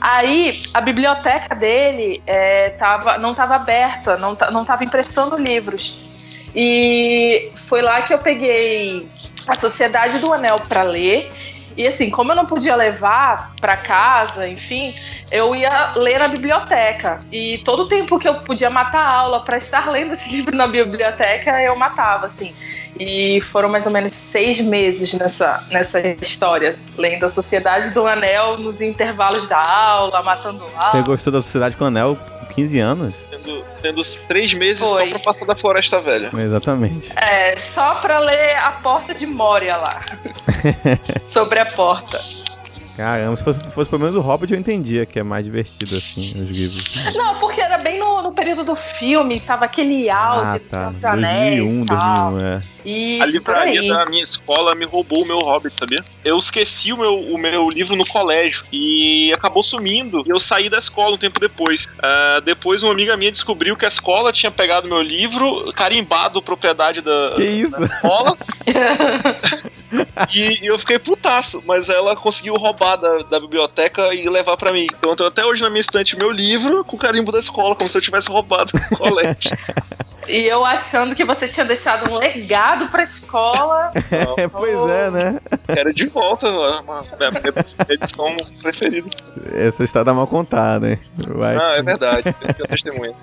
Speaker 4: Aí a biblioteca dele é, tava, não estava aberta, não estava emprestando livros. E foi lá que eu peguei a Sociedade do Anel para ler. E assim, como eu não podia levar pra casa, enfim, eu ia ler na biblioteca. E todo o tempo que eu podia matar a aula pra estar lendo esse livro na biblioteca, eu matava, assim. E foram mais ou menos seis meses nessa, nessa história, lendo a Sociedade do Anel nos intervalos da aula, matando aula.
Speaker 2: Você gostou da Sociedade com Anel com 15 anos?
Speaker 3: Tendo, tendo três meses
Speaker 4: Foi.
Speaker 3: só pra passar da Floresta Velha.
Speaker 2: Exatamente.
Speaker 4: É, só pra ler a porta de Moria lá. Sobre a porta.
Speaker 2: Caramba, se fosse, fosse pelo menos o Hobbit, eu entendia que é mais divertido, assim, os livros.
Speaker 4: Não, porque era bem no, no período do filme, tava aquele
Speaker 2: Ah,
Speaker 4: auge Ah,
Speaker 2: tá.
Speaker 4: dos Santos Anéis.
Speaker 2: 2001,
Speaker 4: e tal.
Speaker 2: 2001, é.
Speaker 4: Isso,
Speaker 3: A
Speaker 4: por
Speaker 3: livraria
Speaker 4: aí.
Speaker 3: da minha escola me roubou o meu Hobbit, sabia? Eu esqueci o meu, o meu livro no colégio e acabou sumindo. E eu saí da escola um tempo depois. Ah, depois, uma amiga minha descobriu que a escola tinha pegado meu livro, carimbado propriedade da
Speaker 2: Que isso?
Speaker 3: escola. e eu fiquei putaço, mas ela conseguiu roubar da, da biblioteca e levar pra mim. Então, eu tenho até hoje na minha estante meu livro com carimbo da escola, como se eu tivesse roubado do colégio.
Speaker 4: E eu achando que você tinha deixado um legado pra escola.
Speaker 2: É, pois é, né?
Speaker 3: Quero de volta, mano. Minha, minha edição preferida.
Speaker 2: Essa história tá mal contada, hein? Vai.
Speaker 3: Ah, é verdade. Eu tenho testemunha.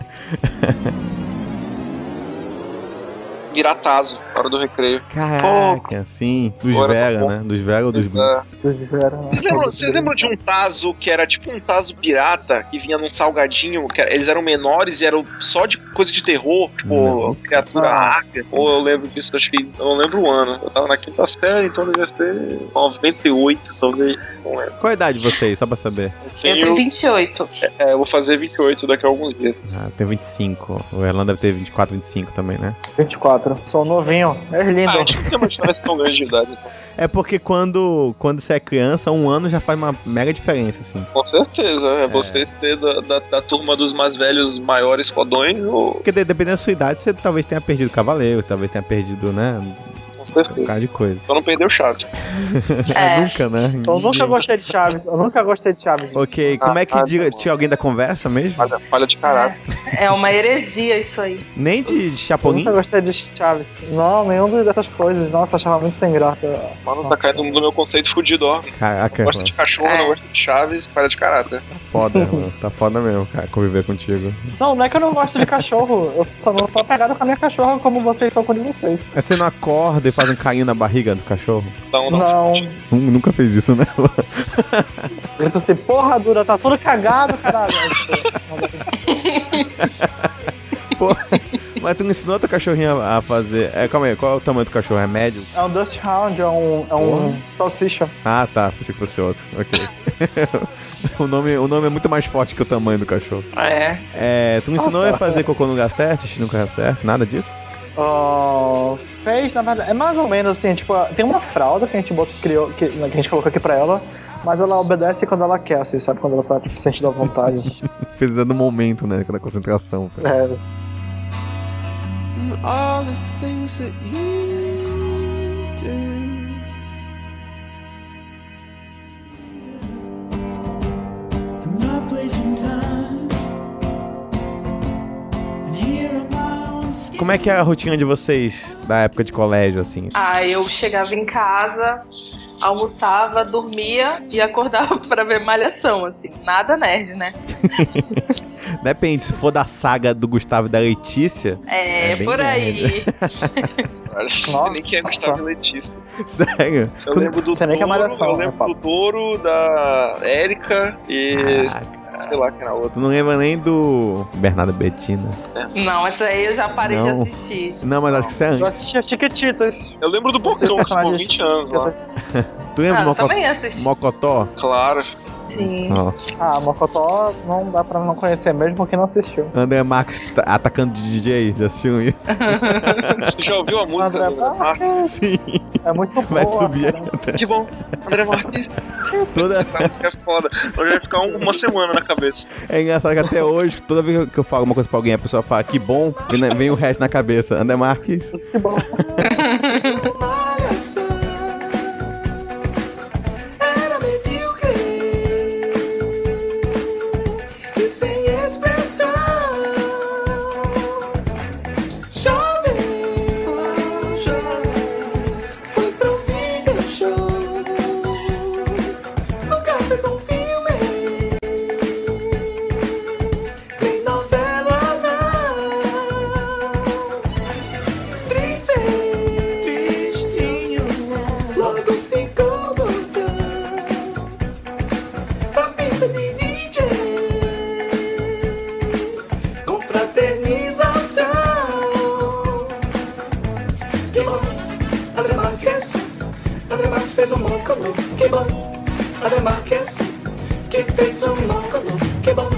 Speaker 3: Piratazo, hora do recreio.
Speaker 2: Caraca, sim. Dos
Speaker 3: Agora
Speaker 2: Vera,
Speaker 3: tá bom.
Speaker 2: né? Dos Vera ou dos...
Speaker 3: Essa-
Speaker 5: Vocês vieram, né?
Speaker 3: Vocês lembram, vocês lembram de um Tazo que era tipo um Tazo pirata que vinha num salgadinho? que eles eram menores e eram só de coisa de terror,
Speaker 2: Não.
Speaker 3: tipo criatura
Speaker 5: Ah.
Speaker 3: hacker. Ou eu lembro disso, acho que eu não lembro o ano. Eu tava na quinta série, então devia ser 98, talvez. Não lembro.
Speaker 2: Qual a idade de vocês, só pra saber?
Speaker 3: Assim,
Speaker 4: Eu tenho
Speaker 3: eu,
Speaker 4: 28.
Speaker 3: é, eu vou fazer 28 daqui a alguns dias.
Speaker 2: Ah, tem 25. O Erlan deve ter 24, 25 também, né?
Speaker 5: 24. Sou novinho. É lindo.
Speaker 3: Ah, acho que tem uma diferença tão grande de idade. então.
Speaker 2: É porque quando, quando você é criança, um ano já faz uma mega diferença, assim.
Speaker 3: Com certeza, é você ser da, da, da turma dos mais velhos, maiores fodões ou.
Speaker 2: Porque de- dependendo da sua idade, você talvez tenha perdido cavaleiros, talvez tenha perdido, né?
Speaker 3: com certeza.
Speaker 2: Um bocado de coisa.
Speaker 3: Só não perdeu o Chaves.
Speaker 4: É.
Speaker 1: Nunca, né?
Speaker 5: Eu nunca gostei de Chaves. Eu nunca gostei de Chaves.
Speaker 2: Ok, como é que
Speaker 3: Ah, tá
Speaker 2: diga,
Speaker 3: bom.
Speaker 2: tinha alguém da conversa mesmo?
Speaker 3: Falha, falha de caráter.
Speaker 4: É uma heresia isso aí.
Speaker 2: Nem de
Speaker 5: Eu
Speaker 2: Chapolin?
Speaker 5: nunca gostei de Chaves. Não, nenhuma dessas coisas. Nossa, eu achava muito sem graça.
Speaker 3: Mano, tá
Speaker 5: Nossa.
Speaker 3: caindo no meu conceito fudido, ó.
Speaker 2: Caraca,
Speaker 3: Gosta
Speaker 2: mano,
Speaker 3: de cachorro,
Speaker 4: É.
Speaker 3: não gosta de Chaves, falha de caráter.
Speaker 2: tá foda, mano. Tá foda mesmo, cara, conviver contigo.
Speaker 5: Não, não é que eu não gosto de cachorro. Eu só não sou apegado com a minha cachorra como vocês são com de vocês.
Speaker 2: Mas você não acorda e faz um carinho na barriga do cachorro?
Speaker 3: Então, não.
Speaker 5: Não.
Speaker 2: Nun- Nunca fez isso, né?
Speaker 5: Grita assim, porra dura, tá tudo cagado, caralho.
Speaker 2: Pô, mas tu não ensinou teu cachorrinho a a fazer. É, calma aí, qual é o tamanho do cachorro? É médio?
Speaker 5: É um Dust Hound, é um, é um salsicha.
Speaker 2: Ah, tá, pensei que fosse outro. Ok. o, nome, o nome é muito mais forte que o tamanho do cachorro.
Speaker 4: É.
Speaker 2: É, tu não ensinou a fazer cocô no lugar certo, xixi no lugar certo, nada disso?
Speaker 5: Ah, fez, na verdade, é mais ou menos assim, tipo, tem uma fralda que a gente bota, criou, que, né, que a gente colocou aqui pra ela, mas ela obedece quando ela quer, assim, sabe? Quando ela tá tipo, sentindo a vontade. assim.
Speaker 2: Fez no momento, né? Na concentração.
Speaker 5: É,
Speaker 7: and all the things that you do.
Speaker 6: I'm not placing time. And here am I on skin.
Speaker 2: Como é que é a rotina de vocês da época de colégio, assim?
Speaker 4: Ah, eu chegava em casa, almoçava, dormia e acordava pra ver malhação, assim. Nada nerd, né?
Speaker 2: Depende, se for da saga do Gustavo e da Letícia,
Speaker 4: É,
Speaker 2: É bem
Speaker 4: por aí.
Speaker 3: Cara,
Speaker 5: Nossa.
Speaker 3: Tipo, nem quer Gustavo e Letícia.
Speaker 2: sério?
Speaker 3: Eu
Speaker 2: Tu-
Speaker 3: lembro do
Speaker 5: Você nem quer
Speaker 3: Douro,
Speaker 5: malhação,
Speaker 3: eu
Speaker 5: né,
Speaker 3: lembro
Speaker 5: Paulo?
Speaker 3: do Douro, da Érica e
Speaker 2: Caraca,
Speaker 3: sei lá quem era a outra.
Speaker 2: tu não lembra nem do Bernardo Bettina.
Speaker 4: Não, essa aí eu já parei de
Speaker 2: Não.
Speaker 4: assistir.
Speaker 2: Não, mas acho que você é
Speaker 5: Eu
Speaker 2: antes.
Speaker 5: assistia Chiquititas.
Speaker 3: Eu lembro do Bocão, que tinha 20 anos lá.
Speaker 2: Tu lembra
Speaker 4: Ah,
Speaker 2: do
Speaker 4: eu
Speaker 2: Mocotó?
Speaker 4: também assisti.
Speaker 2: Mocotó?
Speaker 3: Claro.
Speaker 4: Sim.
Speaker 2: Ó,
Speaker 5: Ah, Mocotó não dá pra não conhecer mesmo porque não assistiu.
Speaker 2: André Marques tá- atacando de DJ, já assistiu isso?
Speaker 3: Tu já ouviu a música
Speaker 5: André
Speaker 3: do Marques?
Speaker 5: Marques
Speaker 2: Sim,
Speaker 5: é muito boa.
Speaker 2: vai subir.
Speaker 5: cara.
Speaker 3: Que bom. André Marques.
Speaker 2: Toda...
Speaker 3: Essa música é foda. Hoje vai ficar um- uma semana na cabeça.
Speaker 2: É engraçado que até hoje, toda vez que eu falo uma coisa pra alguém, a pessoa fala que bom, vem- né, vem o resto na cabeça. André Marques.
Speaker 5: Que bom.
Speaker 7: Era medíocre e sem expressão. Jovem, ah, jovem, foi pra um vídeo show. Nunca fez um filme, nem novela, não triste, tristinho. Logo ficou voltando. A vida de DJ com fraternização. Que bom, André Marques. André Marques fez um monóculo. Que bom, André Marques. Que fez um monóculo. Que bom,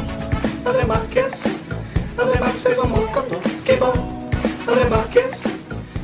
Speaker 7: André Marques. André Marques fez um monóculo. Que bom, André Marques.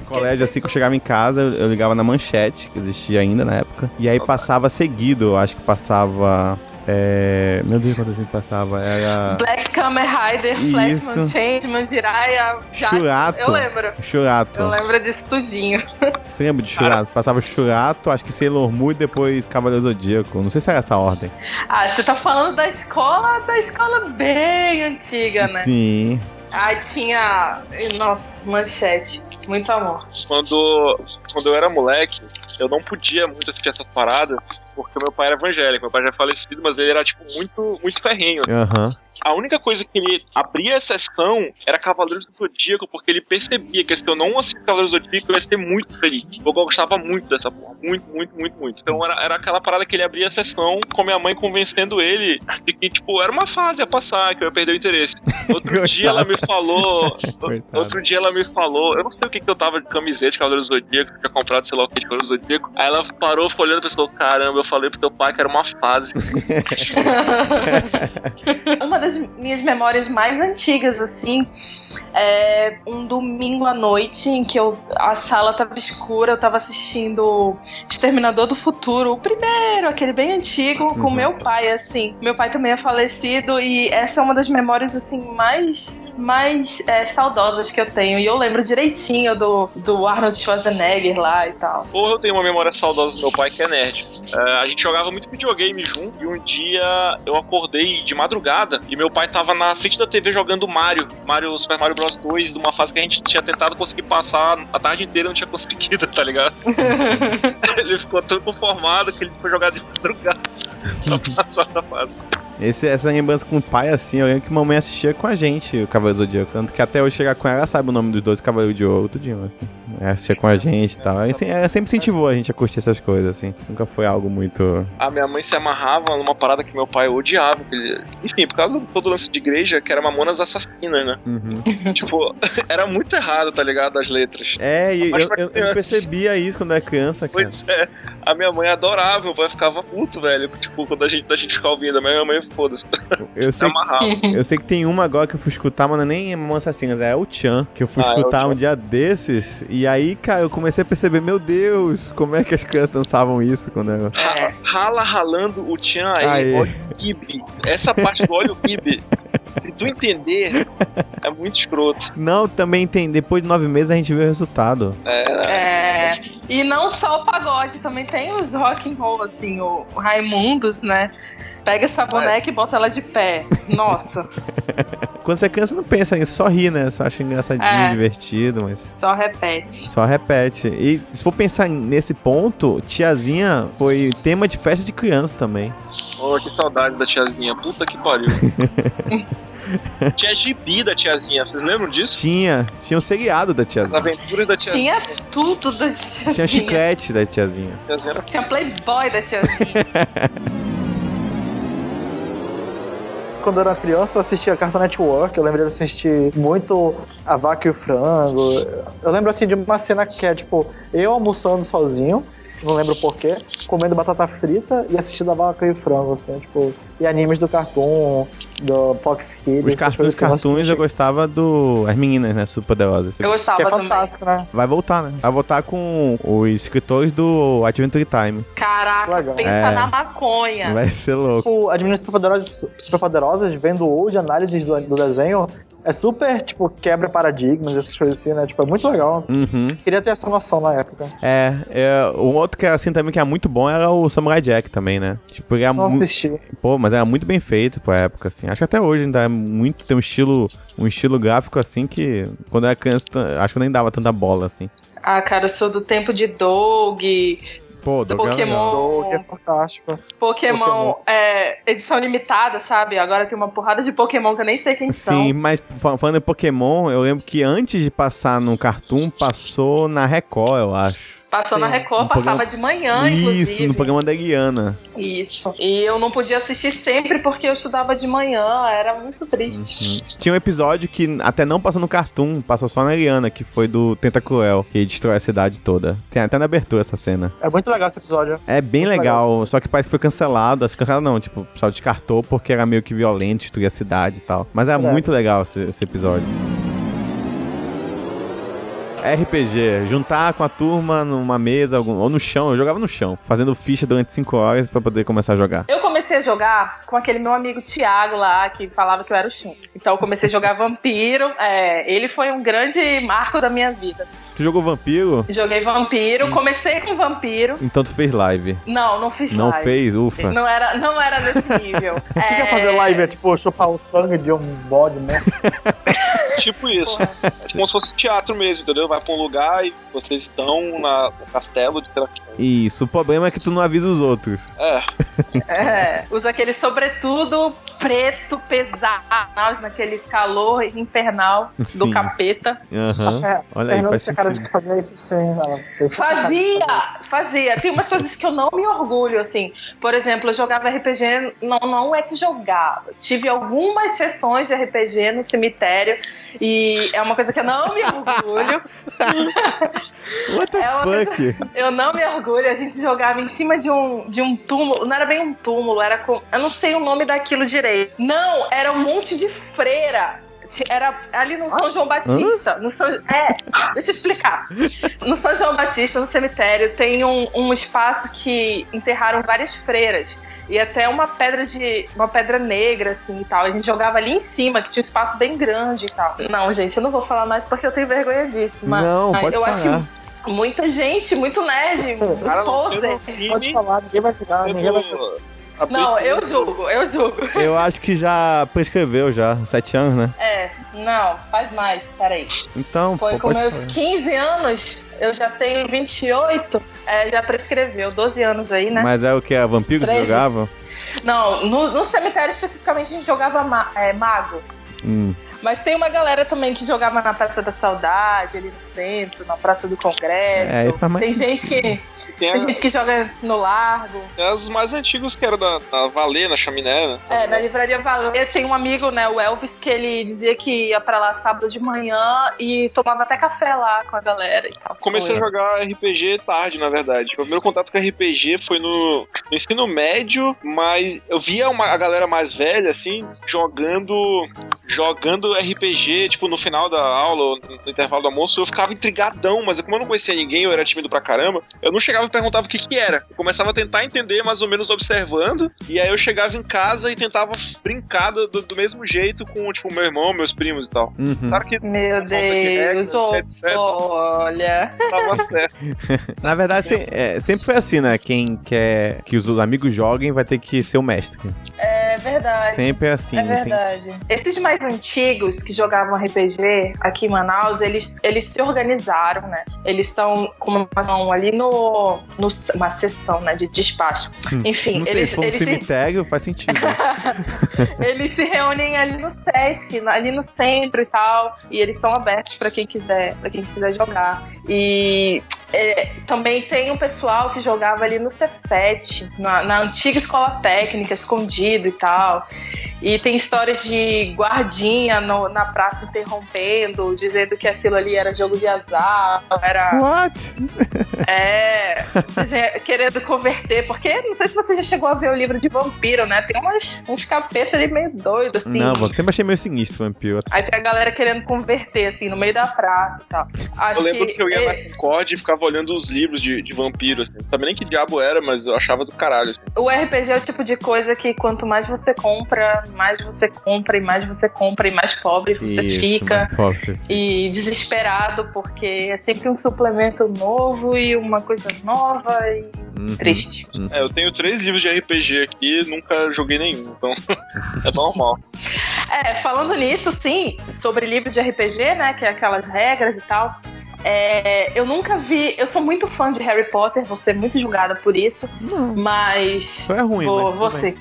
Speaker 2: colégio, assim que eu chegava em casa, eu, eu ligava na manchete, que existia ainda na época. E aí passava seguido, eu acho que passava. É... Meu Deus, quantas vezes passava? Era.
Speaker 4: Black Kamen Rider,
Speaker 2: Isso.
Speaker 4: Flashman Change, Jiraiya, Jasper.
Speaker 2: Churato.
Speaker 4: Eu lembro.
Speaker 2: Churato.
Speaker 4: Eu lembro disso tudinho.
Speaker 2: Você lembra de Churato? Passava Churato, acho que Sailor Moon e depois Cavaleiro Zodíaco. Não sei se era essa a ordem.
Speaker 4: Ah, você tá falando da escola, da escola bem antiga, né?
Speaker 2: Sim.
Speaker 4: Ai, tinha. Nossa, manchete. Muito amor.
Speaker 3: Quando, quando eu era moleque, eu não podia muito assistir essas paradas, porque meu pai era evangélico. Meu pai já é falecido, mas ele era, tipo, muito, muito ferrenho.
Speaker 2: Aham.
Speaker 3: A única coisa que ele abria a sessão era Cavaleiros do Zodíaco, porque ele percebia que se eu não assistisse Cavaleiros do Zodíaco, eu ia ser muito feliz. Eu gostava muito dessa porra. Muito, muito, muito, muito. Então era, era aquela parada que ele abria a sessão com minha mãe convencendo ele de que, tipo, era uma fase a passar, que eu ia perder o interesse. Outro dia ela me falou.
Speaker 2: Coitado.
Speaker 3: outro dia ela me falou. Eu não sei o que, que eu tava de camiseta de Cavaleiros do Zodíaco, que eu tinha comprado, sei lá o que de Cavaleiros do Zodíaco. Aí ela parou, ficou olhando e pensou: caramba, eu falei pro teu pai que era uma fase.
Speaker 4: Uma das minhas memórias mais antigas, assim, é um domingo à noite em que eu, a sala tava escura, eu tava assistindo Exterminador do Futuro, o primeiro, aquele bem antigo, com meu pai, assim. Meu pai também é falecido e essa é uma das memórias, assim, mais, mais é, saudosas que eu tenho. E eu lembro direitinho do, do Arnold Schwarzenegger lá e tal.
Speaker 3: Porra, eu tenho uma memória saudosa do meu pai que é nerd. É, a gente jogava muito videogame junto e um dia eu acordei de madrugada e meu pai tava na frente da TV jogando Mario, Mario Super Mario Bros 2, numa fase que a gente tinha tentado conseguir passar a tarde inteira e não tinha conseguido, tá ligado? ele ficou tão conformado que ele foi jogar de madrugada pra passar a fase.
Speaker 2: Esse, essa lembrança com o pai, assim, eu lembro que mamãe assistia com a gente o Cavaleiro do Zodíaco. Tanto que até eu chegar com ela, ela sabe o nome dos dois Cavaleiros de Ouro, tudinho, assim. Ela assistia com a gente e tal. E, assim, ela sempre incentivou a gente a curtir essas coisas, assim. Nunca foi algo muito.
Speaker 3: A minha mãe se amarrava numa parada que meu pai odiava. que ele- Enfim, por causa do todo lance de igreja, que era Mamonas Assassinas, né? tipo, era muito errado, tá ligado? As letras.
Speaker 2: É, e eu,
Speaker 3: Mas pra
Speaker 2: eu- eu
Speaker 3: criança.
Speaker 2: percebia isso quando era criança, cara.
Speaker 3: Pois é, a minha mãe adorava, meu pai ficava puto, velho. Tipo, quando a gente, a gente ficava ouvindo, a minha mãe, foda-se,
Speaker 2: Eu
Speaker 3: se
Speaker 2: sei,
Speaker 3: amarrava.
Speaker 2: eu sei que tem uma agora que eu fui escutar, mas não é nem Mamãe Assassinas, é o Chan, que eu fui
Speaker 3: Ah, é o
Speaker 2: escutar
Speaker 3: Tchan.
Speaker 2: um dia desses. E aí, cara, eu comecei a perceber, meu Deus, como é que as crianças dançavam isso quando era.
Speaker 3: Ra- Rala ralando o Tchan aí,
Speaker 2: Aê.
Speaker 3: óleo kibe. Essa parte do óleo kibe, se tu entender, é muito escroto.
Speaker 2: Não, também tem. Depois de nove meses a gente vê o resultado.
Speaker 4: É. E não só o pagode, também tem os rock and roll, assim, o Raimundos, né? Pega
Speaker 5: É.
Speaker 4: essa boneca e bota ela de pé. Nossa,
Speaker 2: Quando você é criança, não pensa nisso, só ri, né? Só acha engraçadinho,
Speaker 4: É.
Speaker 2: divertido, mas.
Speaker 4: só repete.
Speaker 2: Só repete. E se for pensar nesse ponto, tiazinha foi tema de festa de criança também.
Speaker 3: Ô, que saudade da tiazinha. Puta que pariu. Tinha gibi da tiazinha, vocês lembram disso?
Speaker 2: Tinha. Tinha o seriado da
Speaker 3: As
Speaker 2: tiazinha.
Speaker 3: aventuras da tiazinha.
Speaker 4: Tinha tudo da tiazinha.
Speaker 2: Tinha chiclete da tiazinha.
Speaker 3: tiazinha era
Speaker 4: Tinha Playboy da tiazinha.
Speaker 5: Quando eu era criança, eu assistia Cartoon Network. Eu lembro de assistir muito A Vaca e o Frango. Eu lembro, assim, de uma cena que é, tipo, eu almoçando sozinho, não lembro porquê, comendo batata frita e assistindo A Vaca e o Frango, assim, tipo... E animes do Cartoon, do Fox Kids.
Speaker 2: Os, car os cartoons
Speaker 5: gostei.
Speaker 2: eu gostava do. As meninas, né? Super poderosas.
Speaker 4: Eu gostava
Speaker 5: Que é
Speaker 4: também.
Speaker 5: fantástico, né?
Speaker 2: Vai voltar, né? Vai voltar com os escritores do Adventure Time.
Speaker 4: Caraca,
Speaker 5: Legal.
Speaker 4: pensa
Speaker 2: É.
Speaker 4: na maconha.
Speaker 2: Vai ser louco.
Speaker 5: Tipo, as meninas superpoderosas, superpoderosas vendo hoje análises do, do desenho, é super, tipo, quebra paradigmas, essas coisas assim, né? Tipo, é muito legal.
Speaker 2: Uhum.
Speaker 5: Queria ter essa noção na época.
Speaker 2: É, é, um outro que era assim também que era muito bom era o Samurai Jack também, né? Tipo, ele era
Speaker 5: Não
Speaker 2: muito.
Speaker 5: assisti.
Speaker 2: Pô, mas era muito bem feito pra época, assim. Acho que até hoje ainda é muito. Tem um estilo, um estilo gráfico assim que. Quando eu era criança, t- acho que eu nem dava tanta bola, assim.
Speaker 4: Ah, cara, eu sou do tempo de Doug,
Speaker 2: Pô,
Speaker 4: do
Speaker 2: Doug era legal.
Speaker 5: Doug, é
Speaker 4: Pokémon.
Speaker 5: fantástico.
Speaker 4: Pokémon,
Speaker 5: Pokémon.
Speaker 4: é, edição limitada, sabe? Agora tem uma porrada de Pokémon que eu nem sei quem
Speaker 2: Sim, mas fa- falando em Pokémon, eu lembro que antes de passar no Cartoon, passou na Record, eu acho.
Speaker 4: são. Passou
Speaker 5: sim,
Speaker 4: na Record,
Speaker 2: no
Speaker 4: passava
Speaker 2: Um programa-
Speaker 4: de manhã,
Speaker 2: Isso,
Speaker 4: né, inclusive.
Speaker 2: no programa da Guiana.
Speaker 4: Isso. E eu não podia assistir sempre porque eu estudava de manhã, era muito triste.
Speaker 5: Uhum.
Speaker 2: Tinha um episódio que até não passou no Cartoon, passou só na Ariana, que foi do Tenta Cruel, que destrói a cidade toda. Tem até na abertura essa cena.
Speaker 5: É muito legal esse episódio.
Speaker 2: É bem
Speaker 5: Muito
Speaker 2: legal, só que parece que foi cancelado. Assim, cancelado não, tipo, o pessoal descartou porque era meio que violento, destruía a cidade e tal. Mas era
Speaker 5: Verdade.
Speaker 2: muito legal esse, esse episódio. RPG, juntar com a turma numa mesa algum- ou no chão, eu jogava no chão, fazendo ficha durante 5 horas pra poder começar a jogar.
Speaker 4: Eu comecei a jogar com aquele meu amigo Thiago lá, que falava que eu era o Shun. Então eu comecei a jogar Vampiro. É, ele foi um grande marco da minha vida.
Speaker 2: Tu jogou Vampiro?
Speaker 4: Joguei
Speaker 5: Uhum.
Speaker 4: Vampiro, comecei com Vampiro.
Speaker 2: Então tu fez live.
Speaker 4: Não, não fiz
Speaker 2: Não
Speaker 4: live.
Speaker 2: fez? Ufa.
Speaker 4: Não era, não era desse nível.
Speaker 5: O que que é fazer live? É tipo, chupar o sangue de um bode, né?
Speaker 3: Tipo isso. Como se fosse teatro mesmo, entendeu? Vai pra um lugar e vocês estão na, no castelo de Traquina.
Speaker 2: Isso, o problema é que tu não avisa os outros.
Speaker 3: É,
Speaker 4: É, usa aquele sobretudo preto, pesado, naquele calor infernal
Speaker 2: Sim.
Speaker 4: do capeta.
Speaker 2: Aham.
Speaker 5: É,
Speaker 2: Olha aí,
Speaker 5: Fernando
Speaker 2: faz
Speaker 5: tinha cara
Speaker 2: sentido.
Speaker 5: de fazer isso sim. Ela fez isso.
Speaker 4: Fazia, fazia. Tem umas coisas que eu não me orgulho, assim. Por exemplo, eu jogava RPG, não, não é que jogava. Tive algumas sessões de RPG no cemitério E é uma coisa que eu não me orgulho.
Speaker 2: What the
Speaker 4: É uma
Speaker 2: fuck?
Speaker 4: Eu não me orgulho, a gente jogava em cima de um, de um túmulo, não era bem um túmulo, era com. Eu não sei o nome daquilo direito. Não, era um monte de freira. Ti- Era ali no São João Batista. No São, é, deixa eu explicar. No São João Batista, no cemitério, tem um, um espaço que enterraram várias freiras. E até uma pedra de. uma pedra negra, assim e tal. A gente jogava ali em cima, que tinha um espaço bem grande e tal. Não, gente, eu não vou falar mais porque eu tenho vergonha disso. Mas
Speaker 2: Não,
Speaker 4: mas
Speaker 2: pode
Speaker 4: eu acho que
Speaker 2: falar.
Speaker 4: Muita gente, muito nerd,
Speaker 3: Cara, não, se eu
Speaker 4: poser.
Speaker 3: não vi,
Speaker 5: Pode falar, né? ninguém vai julgar, ninguém vai julgar.
Speaker 4: Não, eu julgo, eu julgo.
Speaker 2: Eu acho que já prescreveu já, sete anos, né?
Speaker 4: É, não, faz mais, peraí.
Speaker 2: Então,
Speaker 4: É, Foi
Speaker 2: pô,
Speaker 4: com
Speaker 2: pode
Speaker 4: meus
Speaker 2: falar.
Speaker 4: 15 anos, eu já tenho 28, é, já prescreveu, 12 anos aí, né?
Speaker 2: Mas é o que? A vampiro que
Speaker 4: Treze.
Speaker 2: jogava?
Speaker 4: Não, no, no cemitério especificamente a gente jogava ma- é, mago.
Speaker 2: Hum.
Speaker 4: Mas tem uma galera também que jogava na Praça da Saudade, ali no centro, na Praça do Congresso.
Speaker 2: É, aí faz mais
Speaker 4: tem gente que tem
Speaker 3: Tem, a-
Speaker 4: gente que joga no Largo.
Speaker 3: tem as mais antigas que era da, da Valê, na chaminé, né?
Speaker 4: É, na livraria Valer tem um amigo, né, o Elvis, que ele dizia que ia pra lá sábado de manhã e tomava até café lá com a galera e tal.
Speaker 3: Comecei a
Speaker 4: Foi.
Speaker 3: jogar RPG tarde, na verdade. Meu primeiro contato com RPG foi no, no ensino médio, mas eu via uma, a galera mais velha, assim, jogando jogando RPG, tipo, no final da aula, ou no intervalo do almoço, eu ficava intrigadão, mas como eu não conhecia ninguém, eu era tímido pra caramba, eu não chegava e perguntava o que que era. Eu começava a tentar entender, mais ou menos observando, e aí eu chegava em casa e tentava brincar do, do mesmo jeito com, tipo, meu irmão, meus primos e tal.
Speaker 2: Uhum.
Speaker 3: Claro que
Speaker 4: Meu
Speaker 3: Falta de
Speaker 4: Deus,
Speaker 3: regras,
Speaker 4: ô,
Speaker 3: etc.
Speaker 4: olha.
Speaker 3: tava certo.
Speaker 2: Na verdade, se- é, sempre foi assim, né? Quem quer que os amigos joguem vai ter que ser o mestre.
Speaker 4: É verdade.
Speaker 2: Sempre é assim.
Speaker 4: É
Speaker 2: tem-
Speaker 4: verdade. Esses mais antigos que jogavam RPG aqui em Manaus, eles, eles se organizaram, né? Eles estão com uma ação ali no, no uma sessão, né, de despacho. Enfim,
Speaker 2: Não sei,
Speaker 4: eles
Speaker 2: se for um
Speaker 4: eles se-
Speaker 2: cemitério, faz sentido.
Speaker 4: Eles se reúnem ali no Sesc, na- ali no centro e tal, e eles são abertos pra quem quiser, para quem quiser jogar. E é, também tem um pessoal que jogava ali no Cefete, na, na antiga escola técnica, escondido e tal. E tem histórias de guardinha no- na praça interrompendo, dizendo que aquilo ali era jogo de azar, era
Speaker 2: What?
Speaker 4: é, dizer- querendo converter, porque não sei se você já chegou a ver o livro de vampiro, né? Tem umas, uns capetas ali meio doido, assim.
Speaker 2: Não, mano, sempre achei meio sinistro, vampiro.
Speaker 4: Aí tem a galera querendo converter, assim, no meio da praça e tal. Acho
Speaker 3: Eu lembro que, eu ia
Speaker 4: eh,
Speaker 3: na Concorde e ficava olhando os livros de, de vampiro, assim. Não sabia nem que diabo era, mas eu achava do caralho, assim.
Speaker 4: o RPG é o tipo de coisa que quanto mais você compra, mais você compra, e mais você compra, e mais pobre você
Speaker 2: Isso, né?
Speaker 4: fica.
Speaker 2: mano, foda, você-
Speaker 4: E desesperado, porque é sempre um suplemento novo e uma coisa nova e
Speaker 2: Uhum.
Speaker 4: triste.
Speaker 3: É, eu tenho três livros de RPG aqui nunca joguei nenhum, então é normal.
Speaker 4: É, falando nisso, sim, sobre livro de RPG, né? Que é aquelas regras e tal. é, eu nunca vi. Eu sou muito fã de Harry Potter, vou ser muito julgada por isso. Mas.
Speaker 2: Isso é ruim,
Speaker 4: vou,
Speaker 2: mas
Speaker 4: vou
Speaker 2: tudo
Speaker 4: ser.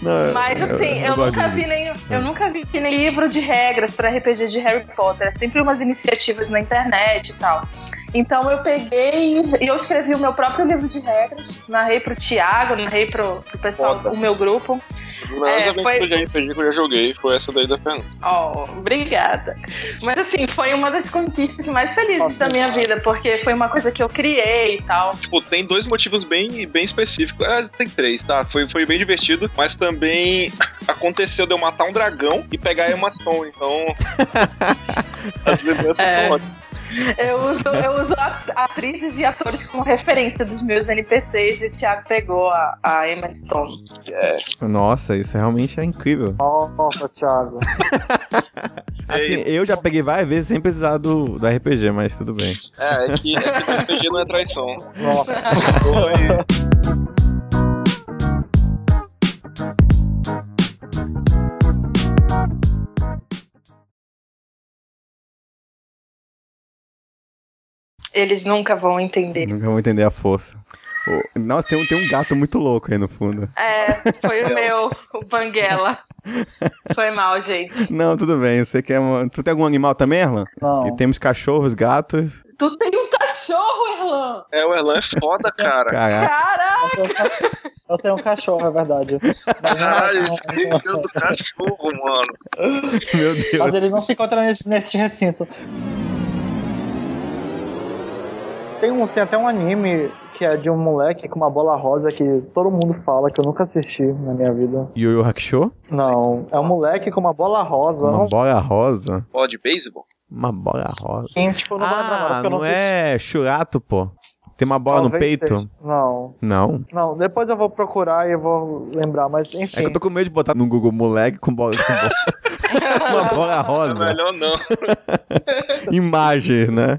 Speaker 2: Não,
Speaker 4: Mas assim, eu,
Speaker 2: É, gosto
Speaker 4: nunca
Speaker 2: de- É.
Speaker 4: vi nem, eu nunca vi que nem livro de regras pra RPG de Harry Potter. É sempre umas iniciativas na internet e tal. Então eu peguei e eu escrevi o meu próprio livro de regras, narrei pro Thiago, narrei pro, pro pessoal,
Speaker 3: Foda.
Speaker 4: o meu grupo.
Speaker 3: As maiores
Speaker 4: É,
Speaker 3: aventuras
Speaker 4: foi-
Speaker 3: de RPG que eu já joguei foi essa daí da Fernanda.
Speaker 4: Oh, obrigada. Mas assim, foi uma das conquistas mais felizes
Speaker 5: Nossa,
Speaker 4: da minha vida, porque foi uma coisa que eu criei e tal.
Speaker 3: Tipo, tem dois motivos bem, bem específicos. Ah, tem três, tá? Foi, foi bem divertido, mas também aconteceu de eu matar um dragão e pegar a Emma Stone, então... As lembranças
Speaker 4: É.
Speaker 3: são ótimas.
Speaker 4: Eu uso, eu uso at- atrizes e atores como referência dos meus NPCs e o Thiago pegou a, a Emma Stone.
Speaker 2: Nossa, isso realmente é incrível.
Speaker 5: Nossa, Thiago.
Speaker 2: Assim, eu já peguei várias vezes sem precisar do, do RPG, mas tudo bem.
Speaker 3: É, é que, é que RPG não é traição.
Speaker 5: Nossa.
Speaker 4: Eles nunca vão entender.
Speaker 2: Nunca vou entender a força. Ô, Nossa, tem um, tem um gato muito louco aí no fundo.
Speaker 4: É, foi o meu, o Banguela. Foi mal, gente.
Speaker 2: Não, tudo bem. Você quer é uma... Tu tem algum animal também, Erlan?
Speaker 5: Não.
Speaker 2: E temos cachorros, gatos.
Speaker 4: Tu tem um cachorro, Erlan!
Speaker 3: É, o Erlan é foda, cara.
Speaker 2: Caraca.
Speaker 4: Caraca!
Speaker 5: Eu tenho um cachorro, é verdade. Mas,
Speaker 3: Caralho, isso é esqueceu do cachorro, mano.
Speaker 2: Meu Deus.
Speaker 5: mas ele não se encontra nesse, nesse recinto. Tem, um, tem até um anime que é de um moleque com uma bola rosa que todo mundo fala, que eu nunca assisti na minha vida.
Speaker 2: Yu Yu Hakusho?
Speaker 5: Não, é um moleque com uma bola rosa.
Speaker 2: Uma
Speaker 5: não, tá
Speaker 2: bola rosa?
Speaker 3: Ó, de beisebol?
Speaker 2: Uma bola rosa.
Speaker 5: quem, tipo, eu não vou lembrar agora,
Speaker 2: Ah,
Speaker 5: porque eu não,
Speaker 2: não
Speaker 5: assisti.
Speaker 2: é churato, pô. Tem uma bola no
Speaker 5: Talvez
Speaker 2: peito?
Speaker 5: seja. Não,
Speaker 2: Não.
Speaker 5: não, depois eu vou procurar e eu vou lembrar, mas
Speaker 2: É que
Speaker 5: enfim.
Speaker 2: eu tô com medo de botar no Google moleque com bola com bola. uma bola
Speaker 3: É
Speaker 2: rosa.
Speaker 3: melhor não.
Speaker 2: Imagens, né?